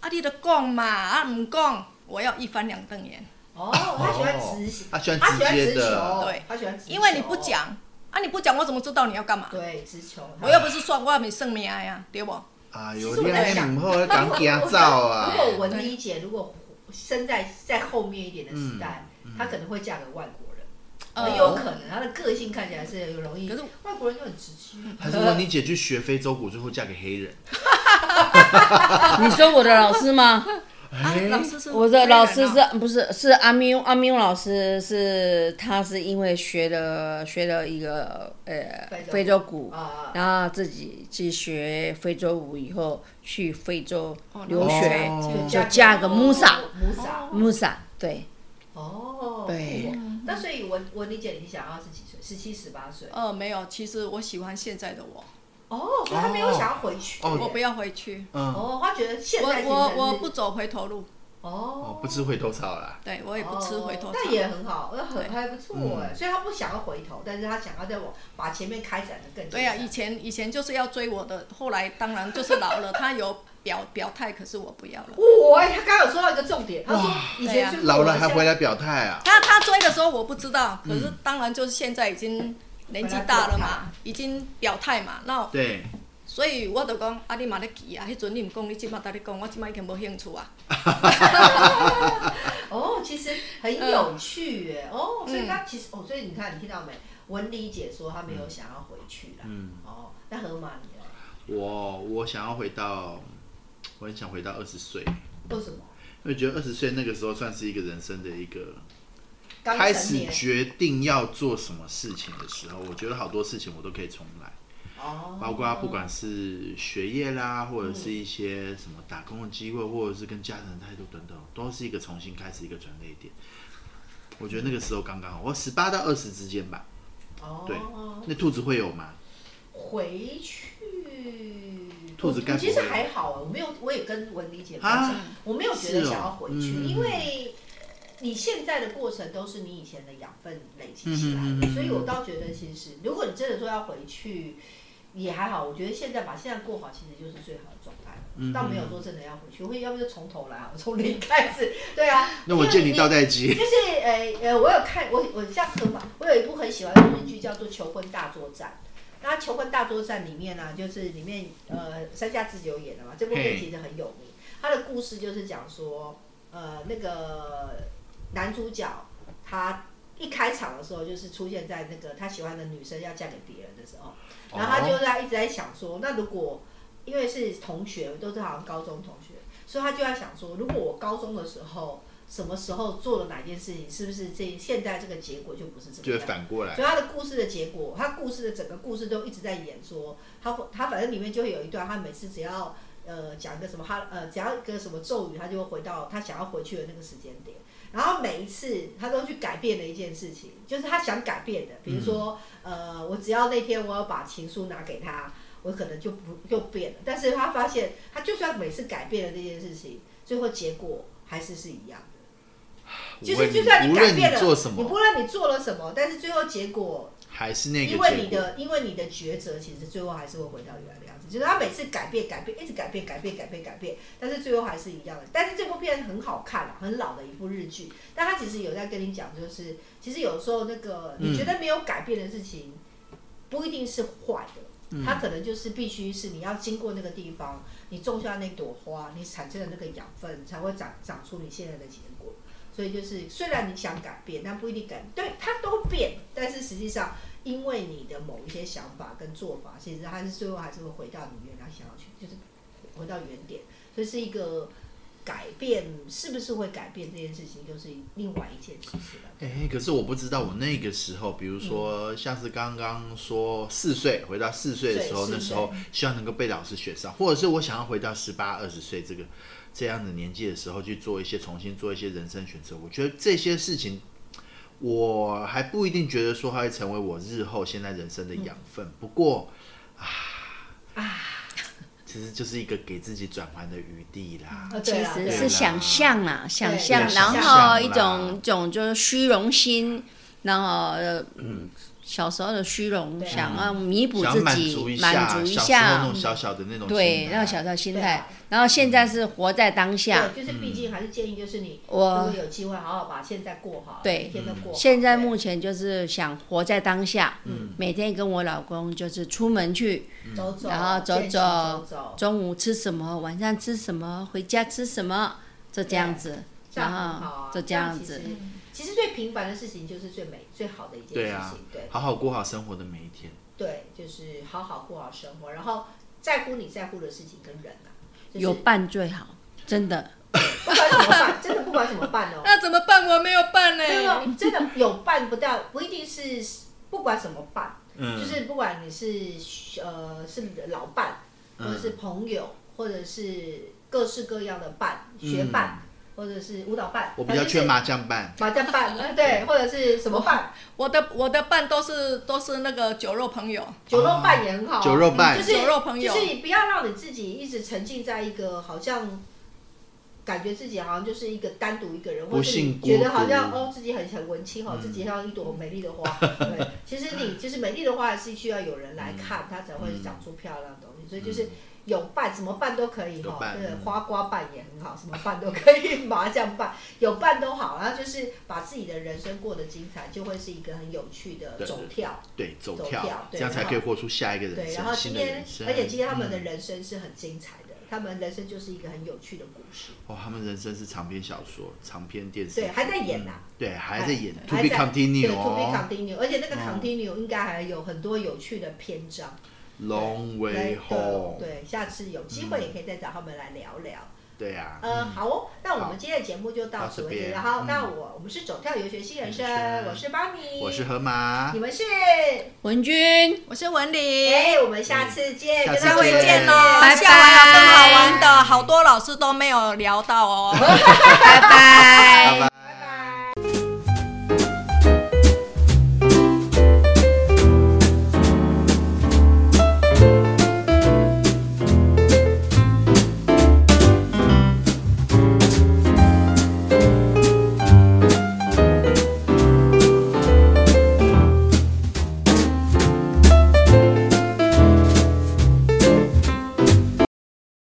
[SPEAKER 4] 啊，你都讲嘛，啊，唔讲，我要一翻两瞪眼，
[SPEAKER 1] 哦，他喜欢直球，
[SPEAKER 3] 他喜欢
[SPEAKER 1] 他喜
[SPEAKER 3] 直
[SPEAKER 1] 欢
[SPEAKER 3] 接
[SPEAKER 1] 直球，
[SPEAKER 3] 的，
[SPEAKER 4] 对
[SPEAKER 1] 他喜欢直球，
[SPEAKER 4] 因为你不，讲，啊，你不讲，我怎么知道你要干嘛？
[SPEAKER 1] 对，直球，
[SPEAKER 4] 我又不是算我也没算命哎呀，对不？
[SPEAKER 3] 啊，
[SPEAKER 1] 其
[SPEAKER 3] 有
[SPEAKER 1] 实我
[SPEAKER 3] 恋
[SPEAKER 1] 在
[SPEAKER 3] 爱
[SPEAKER 1] 想
[SPEAKER 3] 母后敢惊照啊
[SPEAKER 1] 如，果文理解，如果生在在后面一点的时代，他可能会嫁给外国人，
[SPEAKER 4] 呃
[SPEAKER 1] 很
[SPEAKER 4] 哎
[SPEAKER 1] 有可能，他的个性看起来是很容易，
[SPEAKER 4] 嗯可是
[SPEAKER 1] 外国人就很直接，
[SPEAKER 3] 还是 文你姐去学非洲鼓，最后嫁给黑人？
[SPEAKER 2] 你说我的老师吗？
[SPEAKER 4] 啊
[SPEAKER 3] 哎，
[SPEAKER 4] 老师是
[SPEAKER 2] 我的老师
[SPEAKER 4] 黑人哦
[SPEAKER 2] 是不是是阿喵阿喵老师是他是因为学了学了一个呃
[SPEAKER 1] 非洲
[SPEAKER 2] 非洲鼓，
[SPEAKER 1] 啊，
[SPEAKER 2] 然后自己去学非洲舞以后去非洲留
[SPEAKER 3] 哦
[SPEAKER 2] 学，
[SPEAKER 3] 嗯
[SPEAKER 2] 就嫁个穆萨
[SPEAKER 1] 穆萨，
[SPEAKER 2] 穆萨对
[SPEAKER 1] 哦，
[SPEAKER 2] 对
[SPEAKER 1] 酷哦。那所以文文理解，你想要是几岁？十七、十八岁？
[SPEAKER 4] 呃，没有，其实我喜欢现在的我，
[SPEAKER 1] 哦，所以他没有想要回去，
[SPEAKER 3] 哦
[SPEAKER 4] 我不要回去，
[SPEAKER 3] 嗯，
[SPEAKER 1] 哦，他觉得现
[SPEAKER 4] 我
[SPEAKER 1] 在
[SPEAKER 4] 我
[SPEAKER 1] 是
[SPEAKER 4] 我不走回头路，
[SPEAKER 1] 哦
[SPEAKER 3] 哦，不吃回头草啦，
[SPEAKER 4] 对我也不吃回头
[SPEAKER 1] 哦
[SPEAKER 4] 草。
[SPEAKER 1] 那也很好，那很
[SPEAKER 4] 对
[SPEAKER 1] 还不错
[SPEAKER 3] 嗯
[SPEAKER 1] 哎、所以他不想要回头，但是他想要再往把前面开展的更
[SPEAKER 4] 对呀、
[SPEAKER 1] 精
[SPEAKER 4] 以
[SPEAKER 1] 彩
[SPEAKER 4] 前以前就是要追我的，后来当然就是老 了，他有表表态，可是我不要了。
[SPEAKER 1] 哇、哎他刚刚有说到一个重点，他说以前追过
[SPEAKER 3] 老
[SPEAKER 1] 我哦
[SPEAKER 3] 了还回
[SPEAKER 1] 来，
[SPEAKER 3] 来表态啊，
[SPEAKER 4] 他他追的时候我不知道，可是当然就是现在已经年纪大了嘛，已经表态嘛，那
[SPEAKER 3] 对，
[SPEAKER 4] 所以我就讲啊，你嘛咧急啊，迄阵你毋讲，你即马搭咧讲，我即马已经无兴趣啊。嗯
[SPEAKER 1] 欸哦，其实很有趣哎、哦，所以他其实、哦，所以你看你听到没？文理解说他没
[SPEAKER 3] 嗯
[SPEAKER 1] 有想要回去啦。嗯，哦，那河马你呢？
[SPEAKER 3] 我我想要回到，我很想回到二十岁，
[SPEAKER 1] 为什么？
[SPEAKER 3] 因为觉得二十岁那个时候算是一个人生的一个
[SPEAKER 1] 刚
[SPEAKER 3] 开
[SPEAKER 1] 成
[SPEAKER 3] 始
[SPEAKER 1] 年
[SPEAKER 3] 决定要做什么事情的时候，我觉得好多事情我都可以重来，
[SPEAKER 1] 哦，
[SPEAKER 3] 包括不管是学业啦，或者是一些什么打工的机会，或者是跟家人的态度等等，都是一个重新开始一个转捩点。我觉得那个时候刚刚好，我十八到二十之间吧。对
[SPEAKER 1] 哦，
[SPEAKER 3] 那兔子会有吗？
[SPEAKER 1] 回去。
[SPEAKER 3] 兔子
[SPEAKER 1] 我
[SPEAKER 3] 该
[SPEAKER 1] 我
[SPEAKER 3] 不
[SPEAKER 1] 其
[SPEAKER 3] 会
[SPEAKER 1] 实还好啊，我没有，我也跟文理姐分
[SPEAKER 3] 啊
[SPEAKER 1] 享，我没有觉得
[SPEAKER 3] 是哦
[SPEAKER 1] 想要回去，
[SPEAKER 3] 嗯
[SPEAKER 1] 因为你现在的过程都是你以前的养分累积起来的，
[SPEAKER 3] 嗯嗯嗯嗯
[SPEAKER 1] 所以我倒觉得其实，如果你真的说要回去，也还好。我觉得现在把现在过好，其实就是最好的状态
[SPEAKER 3] 嗯嗯嗯
[SPEAKER 1] 了，倒没有说真的要回去，我会要不就从头来啊，我从零开始，对啊。
[SPEAKER 3] 那我见你倒带
[SPEAKER 1] 就
[SPEAKER 3] 机。
[SPEAKER 1] 是呃呃，我有看我我像河马，我有一部很喜欢的日剧叫做《求婚大作战》。那《求婚大作战》里面呢、就是里面呃山下智久演的嘛，这部
[SPEAKER 3] 嘿
[SPEAKER 1] 片其实很有名。他的故事就是讲说，呃，那个男主角他一开场的时候就是出现在那个他喜欢的女生要嫁给别人的时候，然后他就在一直在想说，那如果因为是同学，都是好像高中同学，所以他就在想说，如果我高中的时候什么时候做了哪件事情，是不是这现在这个结果就不是这个
[SPEAKER 3] 就会
[SPEAKER 1] 样子？
[SPEAKER 3] 反过来
[SPEAKER 1] 所以他的故事的结果，他故事的整个故事都一直在演说，他他反正里面就会有一段，他每次只要呃讲一个什么他呃只要一个什么咒语，他就会回到他想要回去的那个时间点。然后每一次他都去改变的一件事情，就是他想改变的，比如说、呃，我只要那天我要把情书拿给他，我可能就不就变了。但是他发现，他就算每次改变了这件事情，最后结果还是是一样的。就
[SPEAKER 3] 无论
[SPEAKER 1] 是就算
[SPEAKER 3] 无
[SPEAKER 1] 改
[SPEAKER 3] 论
[SPEAKER 1] 变
[SPEAKER 3] 你
[SPEAKER 1] 了，
[SPEAKER 3] 做什
[SPEAKER 1] 你不
[SPEAKER 3] 么，
[SPEAKER 1] 论你做了什么，但是最后结果，
[SPEAKER 3] 还是那个结
[SPEAKER 1] 因
[SPEAKER 3] 果。
[SPEAKER 1] 为你的因为你的抉择，其实最后还是会回到原来的样子。就是他每次改变、改变、一直改变、改变、改变、改变，但是最后还是一样的。但是这部片很好看啊，很老的一部日剧，但它其实有在跟你讲，就是其实有时候那个
[SPEAKER 3] 嗯
[SPEAKER 1] 你觉得没有改变的事情，不一定是坏的。它可能就是必须是你要经过那个地方，你种下那朵花，你产生的那个养分才会长长出你现在的结果。所以就是，虽然你想改变，但不一定改，对它都变，但是实际上，因为你的某一些想法跟做法，其实它是最后还是会回到你原来想要去，就是回到原点。所以是一个改变，是不是会改变这件事情，就是另外一件事情了。
[SPEAKER 3] 哎、可是我不知道，我那个时候，比如说、像是刚刚说四岁，回到四岁的时候，
[SPEAKER 1] 对
[SPEAKER 3] 那时候希望能够被老师选上，或者是我想要回到十八、二十岁这个这样的年纪的时候去做一些重新做一些人生选择。我觉得这些事情，我还不一定觉得说它会成为我日后现在人生的养分。不过啊，其实就是一个给自己转换的余地啦。
[SPEAKER 1] 啊，
[SPEAKER 2] 哦其
[SPEAKER 1] 对啦
[SPEAKER 2] 实
[SPEAKER 1] 对
[SPEAKER 2] 是
[SPEAKER 1] 啦
[SPEAKER 2] 想象啦，想
[SPEAKER 1] 对
[SPEAKER 2] 象，然
[SPEAKER 1] 想
[SPEAKER 2] 后
[SPEAKER 3] 象
[SPEAKER 2] 一
[SPEAKER 3] 啦
[SPEAKER 2] 种一种就是虚荣心，然后呃小时候的虚荣，
[SPEAKER 1] 对啊
[SPEAKER 2] 想要弥补
[SPEAKER 3] 想
[SPEAKER 2] 自
[SPEAKER 3] 要满足
[SPEAKER 2] 己
[SPEAKER 3] 一，
[SPEAKER 2] 满足一
[SPEAKER 3] 小时候那
[SPEAKER 2] 下
[SPEAKER 3] 种，小小的那种
[SPEAKER 2] 对
[SPEAKER 3] 心，态
[SPEAKER 2] 那个小小心
[SPEAKER 1] 对
[SPEAKER 2] 态
[SPEAKER 1] 啊。
[SPEAKER 2] 然后现在是活在当下，
[SPEAKER 1] 对，就是毕竟还是建议，就是你如
[SPEAKER 2] 我
[SPEAKER 1] 果有机会，好好把现在过好，
[SPEAKER 2] 对嗯
[SPEAKER 1] 每一天都过好。
[SPEAKER 2] 现在
[SPEAKER 1] 对
[SPEAKER 2] 目前就是想活在当下，
[SPEAKER 3] 嗯
[SPEAKER 2] 每天跟我老公就是出门去，
[SPEAKER 1] 走走，
[SPEAKER 2] 然后走
[SPEAKER 1] 健行走
[SPEAKER 2] 走
[SPEAKER 1] 走，
[SPEAKER 2] 中午吃什么，晚上吃什么，回家吃什么，就这样子，
[SPEAKER 1] 这样
[SPEAKER 2] 然
[SPEAKER 1] 很好
[SPEAKER 2] 后
[SPEAKER 1] 啊。
[SPEAKER 2] 就这样子。
[SPEAKER 1] 其实。其实最平凡的事情就是最美、最好的一件
[SPEAKER 3] 对
[SPEAKER 1] 事
[SPEAKER 3] 啊
[SPEAKER 1] 情，对
[SPEAKER 3] 好好过好生活的每一天。
[SPEAKER 1] 对，就是好好过好生活，然后在乎你在乎的事情跟人啊，就是
[SPEAKER 2] 有伴最好，真的。
[SPEAKER 1] 不管怎么办，真的不管怎么 办哦，
[SPEAKER 4] 那怎么办？我没有办呢、
[SPEAKER 1] 真的真的有办不到，不一定是不管怎么办，
[SPEAKER 3] 嗯
[SPEAKER 1] 就是不管你是呃是老伴，
[SPEAKER 3] 嗯
[SPEAKER 1] 或者是朋友，或者是各式各样的伴，学伴，或者是舞蹈伴，
[SPEAKER 3] 嗯我比较
[SPEAKER 1] 缺
[SPEAKER 3] 缺麻将伴，
[SPEAKER 1] 麻将伴， 呃对，或者是什么伴，
[SPEAKER 4] 我的我的伴都是都是那个酒肉朋友，
[SPEAKER 1] 酒肉伴也很好啊，
[SPEAKER 3] 酒肉伴
[SPEAKER 1] 就，是
[SPEAKER 4] 酒肉朋友
[SPEAKER 1] 就是你不要让你自己一直沉浸在一个好像感觉自己好像就是一个单独一个人，或
[SPEAKER 3] 不
[SPEAKER 1] 是
[SPEAKER 3] 幸
[SPEAKER 1] 你
[SPEAKER 3] 孤独嗯
[SPEAKER 1] 觉得好像哦自己很很文青哦，自己像一朵美丽的花。 对，其实你就是美丽的花还是需要有人来看，它才会长出漂亮的东西。所以就是有伴，什么伴都可以
[SPEAKER 3] 嗯有
[SPEAKER 1] 哈，
[SPEAKER 3] 伴
[SPEAKER 1] 对
[SPEAKER 3] 嗯，
[SPEAKER 1] 花瓜伴也很好，什么伴都可以，麻将伴有伴都好，然后就是把自己的人生过得精彩，就会是一个很有趣的
[SPEAKER 3] 对
[SPEAKER 1] 走跳。
[SPEAKER 3] 对，走
[SPEAKER 1] 走
[SPEAKER 3] 跳
[SPEAKER 1] 跳，
[SPEAKER 3] 这
[SPEAKER 1] 对
[SPEAKER 3] 样才可以活出下一个人
[SPEAKER 1] 对，然后
[SPEAKER 3] 生，新嗯
[SPEAKER 1] 今
[SPEAKER 3] 的
[SPEAKER 1] 天
[SPEAKER 3] 人生。
[SPEAKER 1] 而且今天他们的人生是很精彩的，他们人生就是一个很有趣的故事。
[SPEAKER 3] 嗯哇，他们人生是长篇小说、长篇电视
[SPEAKER 1] 对，，还在演呐、
[SPEAKER 3] 对，还在演
[SPEAKER 1] 还
[SPEAKER 3] To
[SPEAKER 1] 在
[SPEAKER 3] be
[SPEAKER 1] 对
[SPEAKER 3] continue
[SPEAKER 1] ，to be
[SPEAKER 3] 哦
[SPEAKER 1] continue，而且那个
[SPEAKER 3] 哦
[SPEAKER 1] continue 应该还有很多有趣的篇章。对
[SPEAKER 3] ，Long way
[SPEAKER 1] 对
[SPEAKER 3] home，
[SPEAKER 1] 对，下次有机会也可以再找他们来聊聊。
[SPEAKER 3] 对啊，
[SPEAKER 1] 呃，好哦，那我
[SPEAKER 3] 好
[SPEAKER 1] 们今天的节目就到
[SPEAKER 3] 到
[SPEAKER 1] 此
[SPEAKER 3] 这
[SPEAKER 1] 为止。
[SPEAKER 3] 边
[SPEAKER 1] 然后，
[SPEAKER 3] 嗯
[SPEAKER 1] 那我我们是走跳游学新人生
[SPEAKER 3] 人，生
[SPEAKER 1] 我是邦尼，
[SPEAKER 3] 我是河马
[SPEAKER 1] 你，们是，
[SPEAKER 2] 文君。
[SPEAKER 4] 我是文玲，
[SPEAKER 1] 哎，我们下次见，
[SPEAKER 3] 下
[SPEAKER 1] 跟
[SPEAKER 3] 次
[SPEAKER 1] 大
[SPEAKER 4] 下
[SPEAKER 1] 家
[SPEAKER 4] 回见喽，
[SPEAKER 2] 拜拜
[SPEAKER 4] 下回还有更好玩的，好多老师都没有聊到哦。
[SPEAKER 3] 拜拜。